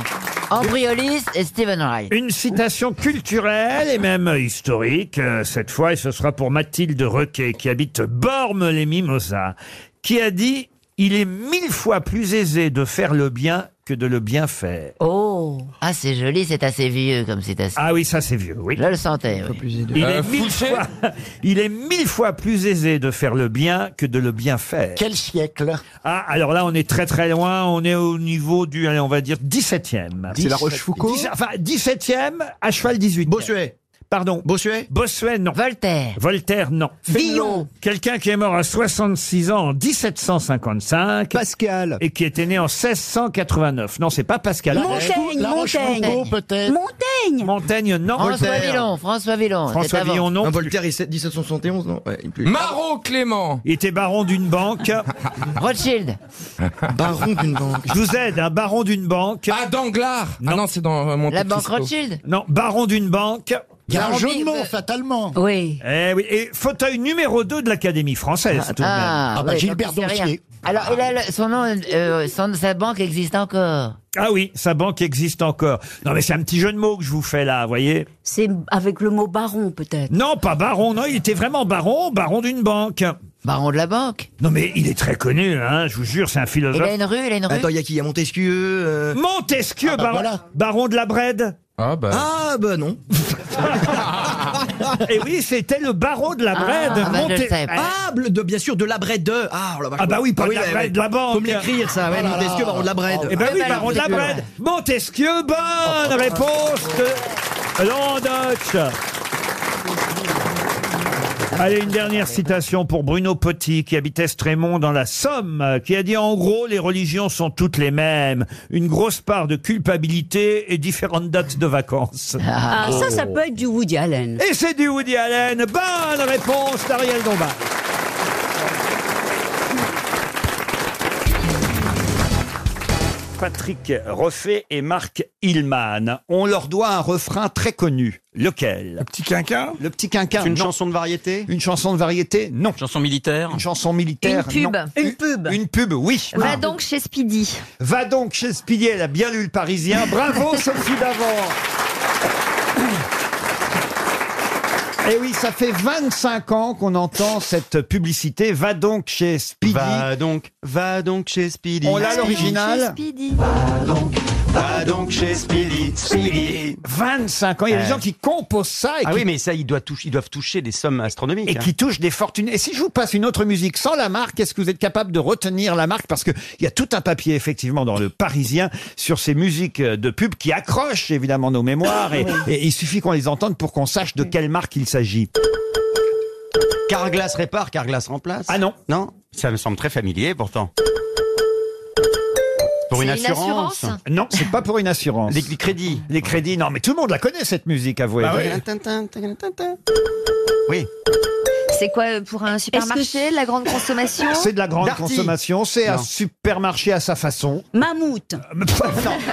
Ambriolis et Stephen Wright.
Une citation culturelle et même historique, euh, cette fois, et ce sera pour Mathilde Requet, qui habite Bormes-les-Mimosas, qui a dit « Il est mille fois plus aisé de faire le bien que de le bien faire
Oh Ah, c'est joli, c'est assez vieux comme citation.
Ah oui, ça c'est vieux, oui.
Je le sentais. oui.
Il,
Euh,
Euh,
est mille fois, il est mille fois plus aisé de faire le bien que de le bien faire.
Quel siècle
Ah, alors là, on est très très loin. On est au niveau du, allez, on va dire, 17e.
C'est la Rochefoucauld
17e, Enfin, 17e, à cheval 18e. Bossuet. Pardon. Bossuet Bossuet, non.
Voltaire.
Voltaire, non.
Villon.
Quelqu'un qui est mort à 66 ans en 1755. Pascal. Et qui était né en 1689. Non, c'est pas Pascal.
Montaigne, Montaigne. Montaigne.
Montaigne, non.
François Villon, François Villon. c'est
François
avant.
Villon, non. Voltaire, 1771, non ouais, il
Marot Clément.
Il était baron d'une banque.
Rothschild.
Baron d'une banque.
Je vous aide, un baron d'une banque.
Ah, Danglars. Ah non, c'est dans euh, Monte
La
banque
Cristo.
Rothschild
Non, baron d'une banque.
Il y a un jeu de mots, fatalement.
Oui.
Eh oui, et fauteuil numéro 2 de l'Académie française, tout de même.
Ah,
Ah, bah,
ouais, donc c'est rien. Alors, il a le- son nom, euh, son- sa banque existe encore.
Ah oui, sa banque existe encore. Non, mais c'est un petit jeu de mots que je vous fais là, vous voyez.
C'est avec le mot baron, peut-être.
Non, pas baron, non, il était vraiment baron, baron d'une banque.
Baron de la banque
Non, mais il est très connu, hein, je vous jure, c'est un philosophe.
Il a une rue, il a une rue.
Attends, il y a qui Il y a Montesquieu. euh,
Montesquieu,
Ah bah
baron,
voilà.
baron de la Brède.
Ah bah.
Ah bah non.
Et Eh oui, c'était le baron de la Brède.
bah,
Ah,
Monte-
Ah, bleu de, bien sûr, de la Brède. de- Ah, oh la vache.
Ah bah oui, pas de la
ouais,
Brède,
ouais.
de la banque.
Faut me l'écrire, ça. Ouais,
Oh là
Montesquieu,
là.
baron de la Brède. Oh.
Eh ben oui,
Ouais,
baron de la
Montesquieu,
Brède. Montesquieu, bonne réponse de Landotch. Allez, une dernière citation pour Bruno Petit, qui habite Estrémont dans la Somme, euh, qui a dit en gros, les religions sont toutes les mêmes. Une grosse part de culpabilité et différentes dates de vacances.
Ah, ça, ça peut être du Woody Allen.
oh. Et c'est du Woody Allen. Bonne réponse d'Ariel Dombas. Oh. Patrick Roffet et Marc Hillman. On leur doit un refrain très connu. Lequel Le petit quinquin Le petit quinquin.
C'est une
non.
chanson de variété
Une chanson de variété Non.
Chanson militaire
Une chanson militaire
Une pub.
non. Une pub. Une pub, oui.
Va donc chez Speedy.
Va donc chez Spillier, elle a bien lu le Parisien. Bravo Sophie Davant. Et Eh oui, ça fait 25 ans qu'on entend cette publicité. Va donc chez Speedy.
Va donc, va donc chez Speedy.
On l'a l'original.
Va donc, va donc chez Speedy. Speedy.
25 ans, il y a des gens qui composent ça et
Euh. Ah
qui
oui, mais ça, ils doivent, toucher, ils doivent toucher des sommes astronomiques. hein.
et qui touche des fortunes. Et si je vous passe une autre musique sans la marque, est-ce que vous êtes capable de retenir la marque Parce qu'il y a tout un papier, effectivement, dans le Parisien sur ces musiques euh, de pub qui accrochent évidemment nos mémoires. Et, et il suffit qu'on les entende pour qu'on sache de quelle marque il s'agit.
Carglass répare, Carglass remplace.
Ah non.
Non Ça me semble très familier pourtant. Pour
C'est
une
une
assurance,
assurance Non, c'est pas pour une assurance. Les,
crédits.
Les crédits, non, mais tout le monde la connaît cette musique, avouez.
Bah
oui.
C'est quoi euh, pour un supermarché La grande consommation
C'est de la grande
Darty.
consommation, Euh, c'est un
Non.
supermarché à sa façon.
Mammouth.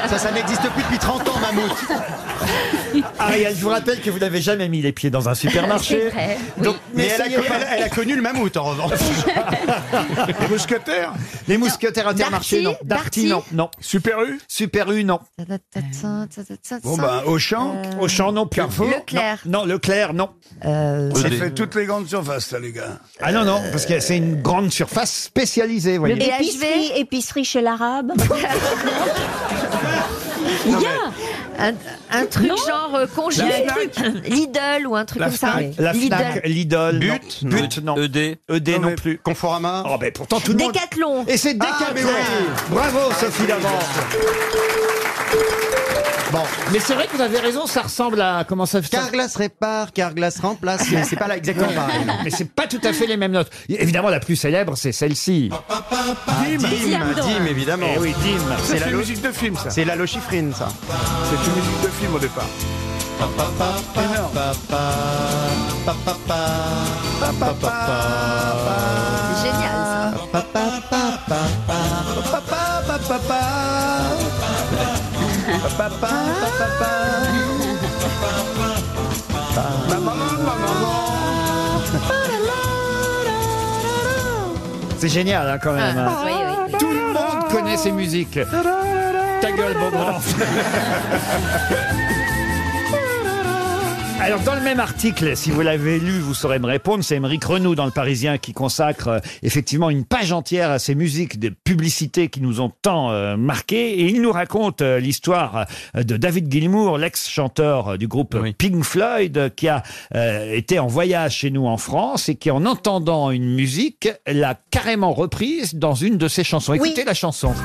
ça, ça n'existe plus depuis 30 ans, Mammouth.
Ariel, je vous rappelle que vous n'avez jamais mis les pieds dans un supermarché.
C'est vrai, oui.
Donc,
Mais elle a
n'essayez
connu-
pas.
elle a
connu le mammouth en revanche.
Les mousquetaires
Les mousquetaires intermarchés, non. Darty, non. non. Super U Super U, non.
Bon, bah,
Auchan
Euh,
Auchan, non. plus.
Carrefour
Leclerc Euh, Non, non, Leclerc, non.
J'ai
ED.
fait toutes les grandes surfaces, là, les gars.
Ah non, non, parce que c'est une grande surface spécialisée, vous voyez.
Épicerie, épicerie chez l'arabe.
Non, mais un, un truc
Non.
genre euh, congé,
La
un truc- Lidl ou un truc
La
comme ça.
FNAC, la FNAC, hein. Lidl, But, non. But, non. ED, ED non, plus. Conforama. Oh ben pourtant tout le monde.
Décathlon.
Et c'est
Ah,
Décathlon.
mais oui.
Bravo Sophie Davant.
Bon, mais c'est vrai que vous avez raison, ça ressemble à comment ça Carglass répare, Carglass remplace, mais c'est pas là exactement pareil. non.
Mais c'est pas tout à fait les mêmes notes. Et Évidemment, la plus célèbre, c'est celle-ci.
Ah,
Dim, Dim, Dim, évidemment.
Eh oui, Dim.
C'est la
lo-
musique de film, ça.
c'est la
lochifrine, ça. C'est une musique de film au départ. Énorme.
Génial.
C'est génial hein, quand même.
Ah
hein. Tout le monde connaît ces musiques. Ta gueule, Beaugrand. Alors, dans le même article, si vous l'avez lu, vous saurez me répondre. C'est Émeric Renou dans Le Parisien qui consacre euh, effectivement une page entière à ces musiques des publicités qui nous ont tant euh, marquées. Et il nous raconte euh, l'histoire euh, de David Gilmour, l'ex-chanteur euh, du groupe Pink Floyd, euh, qui a euh, été en voyage chez nous en France et qui, en entendant une musique, l'a carrément reprise dans une de ses chansons. Écoutez la chanson.
Ah.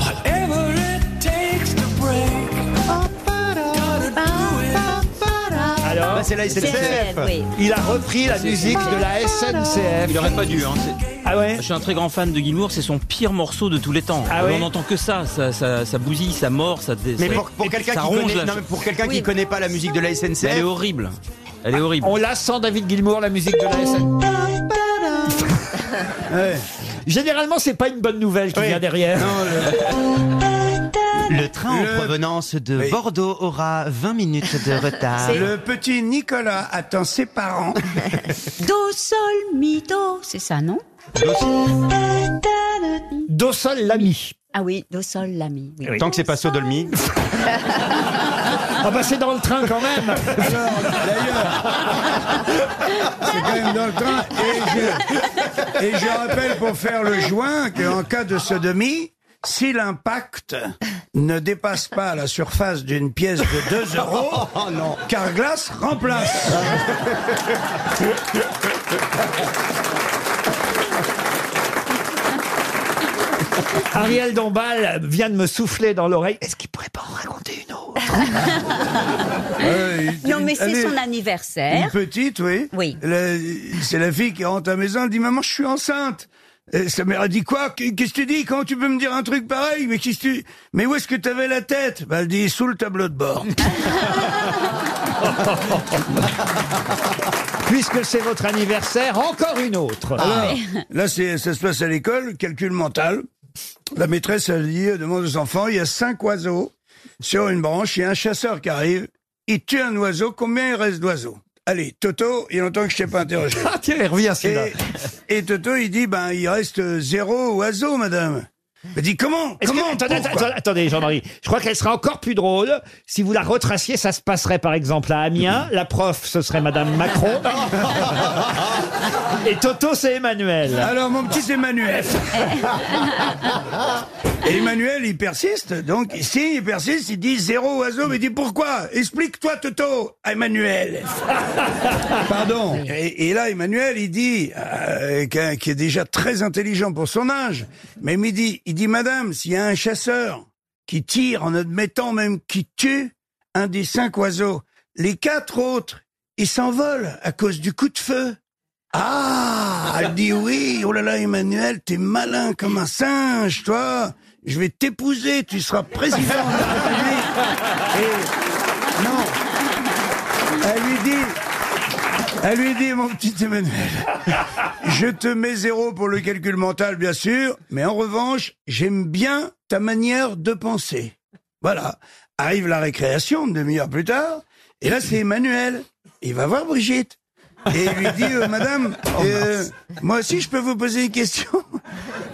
Whatever it takes to break. Gotta do it.
Alors,
Bah, c'est la SNCF. oui.
Il a repris la
C'est-
musique de la SNCF.
Il aurait pas dû, hein.
Ah ouais
Je suis un très grand fan de Gilmour, c'est son pire morceau de tous les temps.
Ah ouais
On n'entend que ça, ça, ça, ça bousille, ça mord, ça. dé-
Mais
ça-
pour- pour quelqu'un
ça
qui
ronge
connaît-
la-
non, mais pour quelqu'un qui Oui.
connaît pas la musique de la SNCF. elle est horrible. Elle est horrible.
On la sent, David Gilmour, la musique de la SNCF. Généralement, c'est pas une bonne nouvelle qui vient derrière.
Le train en provenance de
Oui.
Bordeaux aura 20 minutes de retard.
Le petit Nicolas attend ses parents.
Do, sol, mi, do. C'est ça, non
Do, sol, la, mi.
Ah oui, do, sol, la, mi. oui.
Tant que c'est pas Sodolmi.
Ah bah c'est dans le train quand même.
C'est quand même dans le train. Et Ben, je, et je rappelle pour faire le joint qu'en cas de sodomie, si l'impact ne dépasse pas la surface d'une pièce de 2 euros, Carglass remplace.
Ariel Dombal vient de me souffler dans l'oreille. Est-ce qu'il pourrait pas en raconter une autre
Non, mais
Allez.
c'est son anniversaire.
Une petite, oui. Le- C'est la fille qui rentre à la maison, elle dit Maman, je suis enceinte. Et sa mère a dit quoi Qu'est- Qu'est-ce que tu dis Comment tu peux me dire un truc pareil Mais qu'est-ce que tu... Mais où est-ce que t'avais la tête Bah, Elle dit sous le tableau de bord.
Puisque c'est votre anniversaire, encore une autre.
Alors, là, c'est- ça se passe à l'école, calcul mental. La maîtresse, elle dit, elle demande aux enfants, il y a cinq oiseaux sur une branche, il y a un chasseur qui arrive, il tue un oiseau, combien il reste d'oiseaux Allez, Toto, il y a longtemps que je t'ai pas interrogé.
Ah, tiens, il revient, celui-là.
Et, et Toto, il dit, ben, il reste zéro oiseau, madame. Elle dit, comment
Est-ce que-
Comment
attendez,
Pourquoi
attendez, attendez, Jean-Marie. Je crois qu'elle sera encore plus drôle si vous la retraciez. Ça se passerait par exemple à Amiens. La prof, ce serait Madame Macron. Et Toto, c'est Emmanuel.
Alors, mon petit Emmanuel. Et Emmanuel, il persiste. Donc, ici, il persiste. Il dit zéro oiseau. Mais il dit pourquoi Explique-toi, Toto, à Emmanuel. Pardon. Et, et là, Emmanuel, il dit, euh, qu'un- qui est déjà très intelligent pour son âge, mais il dit, il dit, madame, s'il y a un chasseur qui tire en admettant même qu'il tue un des cinq oiseaux, les quatre autres, ils s'envolent à cause du coup de feu. Ah, elle dit oui, oh là là, Emmanuel, t'es malin comme un singe, toi. Je vais t'épouser, tu seras président de la République. Et- non, elle lui dit, elle lui dit, mon petit Emmanuel, je te mets zéro pour le calcul mental, bien sûr, mais en revanche, j'aime bien ta manière de penser. Voilà. Arrive la récréation, une demi-heure plus tard, et là, c'est Emmanuel. Il va voir Brigitte. Et il lui dit, euh, madame, euh, moi aussi, je peux vous poser une question.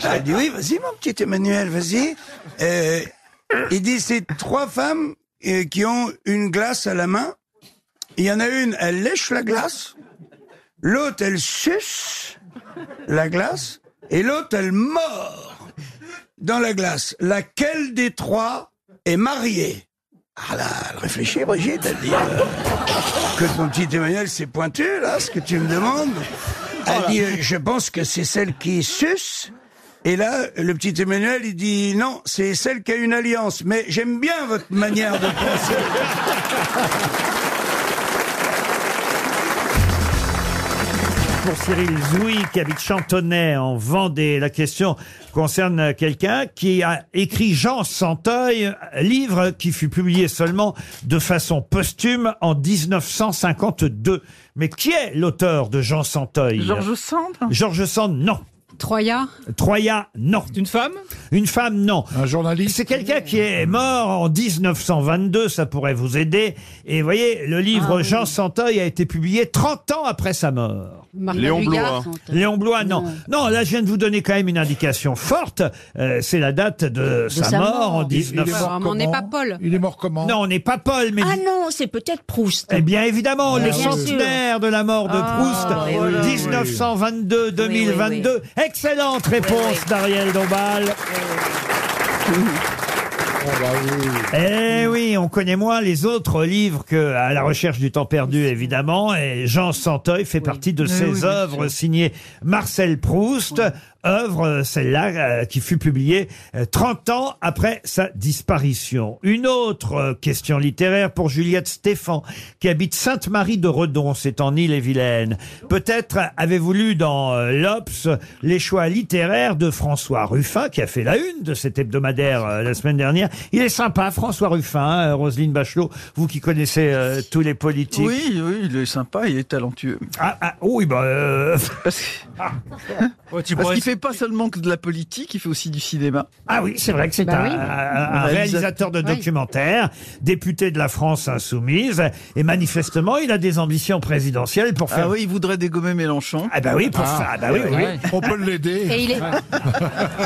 Elle dit, oui, vas-y, mon petit Emmanuel, vas-y. Euh, il dit, c'est trois femmes euh, qui ont une glace à la main. Il y en a une, elle lèche la glace. L'autre, elle suce la glace. Et l'autre, elle mord dans la glace. Laquelle des trois est mariée Ah là, elle réfléchit, Brigitte, elle dit euh, que ton petit Emmanuel s'est pointu, là, ce que tu me demandes. Elle dit, euh, je pense que c'est celle qui suce. Et là, le petit Emmanuel, il dit, non, c'est celle qui a une alliance. Mais j'aime bien votre manière de penser.
Pour Cyril Zouy, qui habite Chantonnay, en Vendée, la question concerne quelqu'un qui a écrit Jean Santeuil, livre qui fut publié seulement de façon posthume en 1952. Mais qui est l'auteur de Jean Santeuil
Georges Sand
Georges Sand, non.
Ah. Troya
Troya, non. Une femme Une femme, non. Un journaliste C'est quelqu'un qui est mort en 1922, ça pourrait vous aider. Et vous voyez, le
Ah,
livre Jean Santeuil a été publié 30 ans après sa mort.
Martin Léon Blois. Dugard,
Léon Blois, non. non. là, je viens de vous donner quand même une indication forte. Euh, c'est la date de, sa,
sa
mort, en
mort. Il- il est mort
1922.
On n'est pas Paul.
Il est mort comment Non, on n'est pas Paul, mais...
Ah non, c'est peut-être Proust.
Eh bien, évidemment,
Ah,
le
bien sûr.
centenaire de la mort de Proust,
oui, oui, oui.
1922-2022. Excellente réponse d'Ariel Dombal. Eh Oh, bah oui, on connaît moins les autres livres que À la recherche du temps perdu, évidemment. Et Jean Santeuil fait partie de
Eh oui,
ces
bien
œuvres signées Marcel Proust. Œuvre, euh, celle-là, euh, qui fut publiée euh, 30 ans après sa disparition. Une autre euh, question littéraire pour Juliette Stéphan, qui habite Sainte-Marie de Redon, c'est en Île-et-Vilaine. Peut-être avez-vous lu dans euh, l'Obs les choix littéraires de François Ruffin, qui a fait la une de cet hebdomadaire euh, la semaine dernière. Il est sympa, François Ruffin, hein, euh, Roselyne Bachelot, vous qui connaissez euh, tous les politiques.
Oui, oui, il est sympa, il est talentueux.
Ah, ah, oui, bah. euh,
Parce que-
pourrais-
parce qu'il fait pas seulement que de la politique, il fait aussi du cinéma.
Ah oui, c'est vrai que c'est
Bah
un,
oui.
un- un
Réalisa-
réalisateur de
Oui.
documentaires, député de la France insoumise, et manifestement, il a des ambitions présidentielles pour faire.
Ah oui, il voudrait dégommer Mélenchon.
Ah bah oui, pour faire- ah bah oui, oui. On peut
l'aider.
Et il est-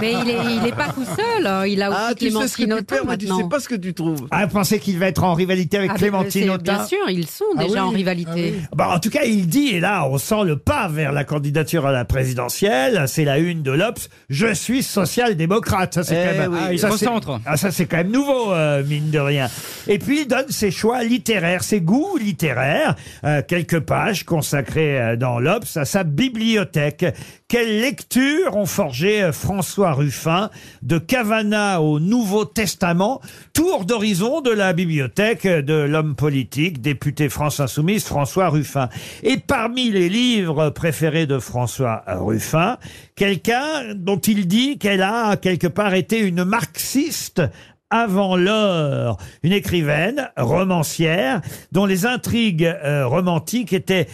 Mais il est, il est pas tout seul. hein. Il a aussi
Ah, tu sais ce que
Clémentine
tu
Autain
perds, mais tu
maintenant.
sais pas ce que tu trouves.
Ah, vous pensez qu'il va être en rivalité avec
Avec-
Clémentine
c'est-
Autain
Bien sûr, ils sont
Ah
déjà en
oui,
rivalité.
Bah, en tout cas, il dit, et là, on sent le pas vers la candidature à la présidentielle. C'est la une de l'Obs. Je suis social-démocrate. Ça, c'est
Eh
quand même.
oui. Ah, il
ça,
se
c'est-
recentre.
Ah, ça, c'est quand même nouveau, euh, mine de rien. Et puis, il donne ses choix littéraires, ses goûts littéraires. Euh, quelques pages consacrées euh, dans l'Obs à sa bibliothèque. Quelles lectures ont forgé euh, François Ruffin de Cavana au Nouveau Testament Tour d'horizon de la bibliothèque euh, de l'homme politique, député France Insoumise, François Ruffin. Et parmi les livres préférés de François Ruffin, quelqu'un dont il dit qu'elle a quelque part été une marxiste avant l'heure, une écrivaine, romancière, dont les intrigues euh, romantiques étaient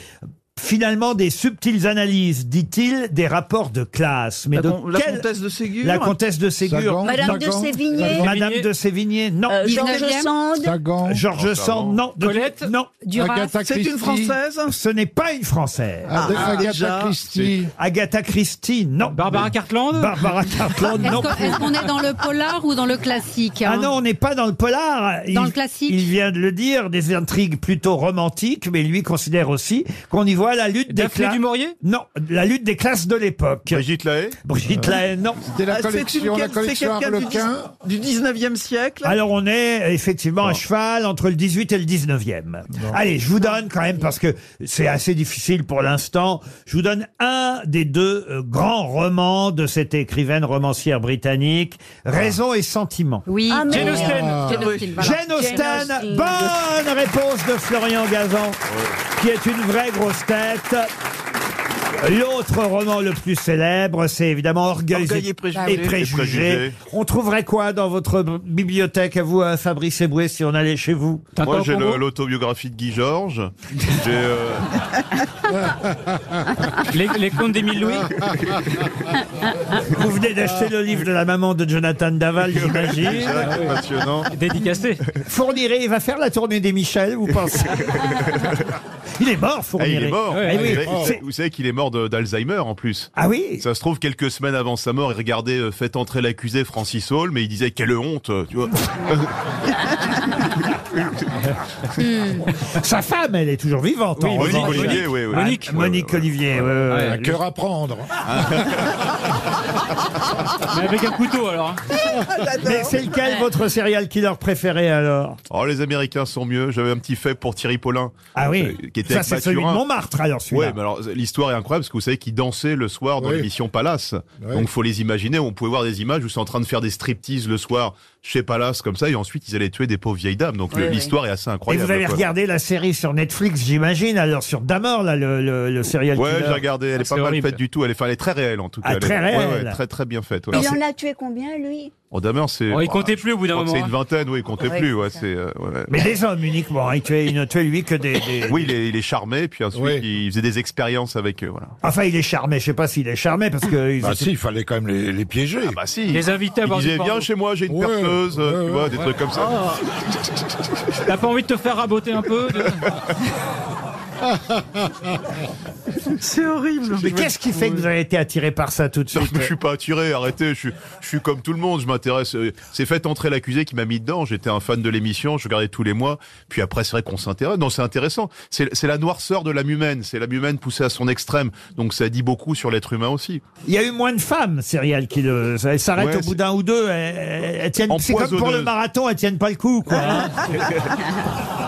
finalement des subtiles analyses, dit-il, des rapports de classe. Mais
La,
de
con- la
quelle-
comtesse de Ségur.
La comtesse de Ségur.
Madame de Sévigné.
Madame de Sévigné, non.
Euh, Georges Sand.
Sagan.
Georges Sand, non. De- Non.
Duras. Agatha C'est une Christie. Française
Ce n'est pas une Française.
Ah, Ah, Agatha déjà. Christie.
Agatha Christie, non. Barbara Cartland Barbara Cartland,
Est-ce
non.
qu'on- est-ce qu'on est dans le polar ou dans le classique
Ah
hein
non, on n'est pas dans le polar.
Dans
Il-
le classique.
Il vient de le dire, des intrigues plutôt romantiques, mais lui considère aussi qu'on y voit la lutte des
Daphné
classes.
du Maurier
Non, la lutte des classes de l'époque. Brigitte Lahaye Euh, Brigitte Lahaye, non.
Ah, c'est une- c'est quelqu'un du dix- du 19e siècle.
Alors on est effectivement à cheval entre le 18 et le 19e. Allez, je vous donne quand même, parce que c'est assez difficile pour l'instant, je vous donne un des deux euh, grands romans de cette écrivaine romancière britannique, Raison et Sentiment.
Oui.
Ah,
Jane
merde.
Austen.
Ah.
Jane Austen, voilà.
Jane Austen,
Jane Austen.
bonne réponse de Florian Gazan, qui est une vraie grosse tête. L'autre roman le plus célèbre, c'est évidemment Orgueil,
Orgueil et Préjugés.
et Préjugés.
Et Préjugés.
On trouverait quoi dans votre b- bibliothèque à vous, à Fabrice Eboué, si on allait chez vous
Moi, j'ai le- l'autobiographie de Guy Georges. J'ai, euh,
les, contes d'Émile Louis Vous venez d'acheter le livre de la maman de Jonathan Daval, j'imagine.
C'est vrai que c'est passionnant.
Dédicacé. Fourniret, il va faire la tournée des Michel, vous pensez Il est mort,
Ah,
Fourniret.
il est mort.
Eh oui.
Il est-
C'est-
Vous savez qu'il est mort de- d'Alzheimer en plus.
Ah oui
Ça se trouve quelques semaines avant sa mort, il regardait euh, Faites entrer l'accusé Francis Hall, mais il disait quelle honte, tu vois.
Sa femme, elle est toujours vivante.
Oui,
en
Monique
revanche.
Olivier, oui, oui.
Ah,
Monique.
Monique Olivier. ouais, ouais, ouais.
Un cœur
à prendre.
Mais avec un couteau alors.
hein.
Mais c'est lequel votre serial killer préféré alors
Oh, les Américains sont mieux. J'avais un petit fait pour Thierry Paulin. Euh,
Ah oui.
qui était
Ça,
avec
c'est celui
Mathurin.
de Montmartre, alors, celui-là.
Ouais, mais alors l'histoire est incroyable parce que vous savez qu'ils dansaient le soir dans
Oui.
l'émission Palace.
Oui.
Donc faut les imaginer. On pouvait voir des images où c'est en train de faire des striptease le soir chez Palace comme ça et ensuite ils allaient tuer des pauvres vieilles dames. Donc le-
Oui, oui.
l'histoire est assez
Et
incroyable.
vous avez
quoi.
regardé la série sur Netflix, j'imagine, alors sur Damor, là, le, le, le serial
Ouais,
killer.
j'ai regardé.
Ah,
Elle est pas mal faite du tout. Elle est, enfin, elle est très réelle en tout
Ah,
cas. Elle est-
très
ouais, ouais,
réelle.
très très bien faite. ouais.
Il en a tué combien, lui
Oh, Dahmer, c'est.
Oh, il
bah,
comptait
je
plus au bout d'un
crois que
moment,
C'est une
hein.
vingtaine, oui, il comptait
Ouais,
plus.
c'est
Ouais, c'est. euh, ouais.
Mais des hommes uniquement, hein. il tuait, il ne tuait lui que des... des-
Oui, il est, il est charmé, puis ensuite il faisait des expériences avec eux. Voilà.
Enfin, il est charmé, je sais pas s'il est charmé, parce que...
Bah si, il
Bah, fallait quand même les, piéger.
Ah bah si. il disait, viens chez moi, j'ai une
Ouais,
perceuse, tu vois, des trucs comme ça.
Ah.
Ah.
T'as pas envie de te faire raboter un peu de-
C'est horrible.
Mais qu'est-ce qui fait que vous avez été attiré par ça tout de
Non,
suite
je suis pas attiré, arrêtez, je suis, je suis comme tout le monde, je m'intéresse. euh, C'est fait entrer l'accusé qui m'a mis dedans, j'étais un fan de l'émission, je regardais tous les mois, puis après c'est vrai qu'on s'intéresse. Non, c'est intéressant, c'est c'est la noirceur de l'âme humaine, c'est l'âme humaine poussée à son extrême, donc ça dit beaucoup sur l'être humain aussi.
Il y a eu moins de femmes serial killers. Elles s'arrêtent
Ouais,
au bout
c'est-
d'un ou deux. Elles, elles tiennent. C'est comme pour le
Empoisonneuses. Ah.
marathon, elles tiennent pas le coup, quoi. hein. Ah.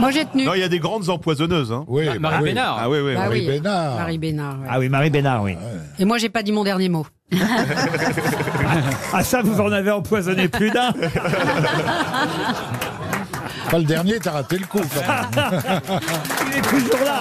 Moi j'ai tenu.
Non, il y a des grandes empoisonneuses. Hein. Oui,
Ah, Marie oui. Bénard.
Ah oui, oui,
Bah
oui.
oui, Marie Bénard, ouais.
Ah oui, Marie Bénard, oui.
Et moi j'ai pas dit mon dernier mot.
Ah ça, vous en avez empoisonné plus d'un.
Pas le dernier, t'as raté le coup. quand même.
Il est toujours là.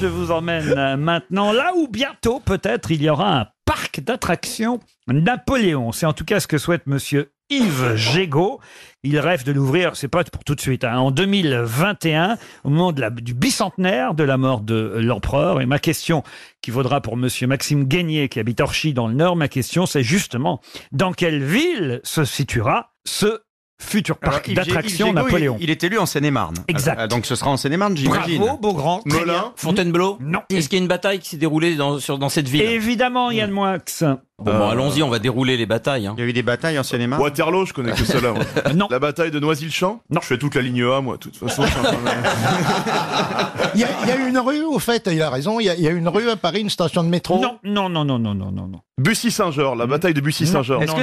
Je vous emmène euh, maintenant là où bientôt peut-être il y aura un parc d'attractions Napoléon. C'est en tout cas ce que souhaite monsieur Yves Gégaud. Il rêve de l'ouvrir, c'est pas pour tout de suite, hein, en 2021, au moment de la- du bicentenaire de la mort de euh, l'empereur. Et ma question qui vaudra pour monsieur Maxime Guénier qui habite Orchy dans le Nord, ma question c'est justement dans quelle ville se situera ce futur parc
Yves Gé-
d'attractions
Yves Gégaud,
Napoléon
Il, il est élu en Seine-et-Marne.
Exact.
Euh, donc ce sera en Seine-et-Marne, j'imagine.
Bravo, Beaugrand. très bien.
Nolin. Fontainebleau
Non.
Est-ce qu'il y a une bataille qui s'est déroulée dans, sur, dans cette ville
Évidemment, Yann Moix.
Bon, bon, allons-y, on va dérouler les batailles. hein. Il y a eu des batailles en
Hein
Seine-et-Marne
Waterloo, je connais que cela. moi. La bataille de Noisy-le-Champ Euh, Non. Je fais toute la ligne A, moi, de toute façon.
Il y, a- il y a une rue, au fait, il a raison, il y a, il y a une rue à Paris, une station de métro.
Non, non, non, non, non, non, non. non.
Bussy-Saint-Georges, la bataille de Bussy-Saint-Georges.
Non, non. Non,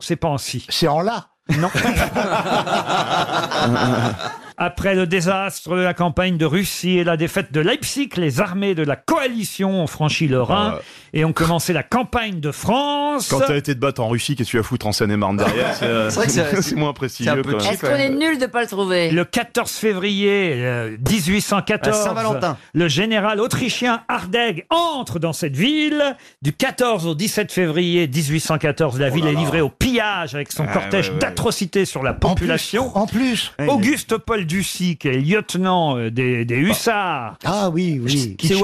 c'est pas en si.
C'est en là
Non. Après le désastre de la campagne de Russie et la défaite de Leipzig, les armées de la coalition ont franchi le Rhin et ont commencé la campagne de France.
Quand t'as été te battre en Russie, qu'est-ce que tu vas foutre en Seine-et-Marne derrière euh, C'est vrai que c'est- c'est moins prestigieux. c'est un peu quand même.
Est-ce qu'on est nul de pas le trouver
Le 14 février euh, 1814,
À Saint-Valentin.
le général autrichien Hardeg entre dans cette ville. Du 14 au 17 février 1814, la ville est livrée au pillage avec son
Oh Ah,
cortège
ouais, ouais.
d'atrocités sur la population.
En plus,
Auguste Paul Ducy, qui est lieutenant euh, des, des hussards.
Bah. Ah oui, oui.
Qui,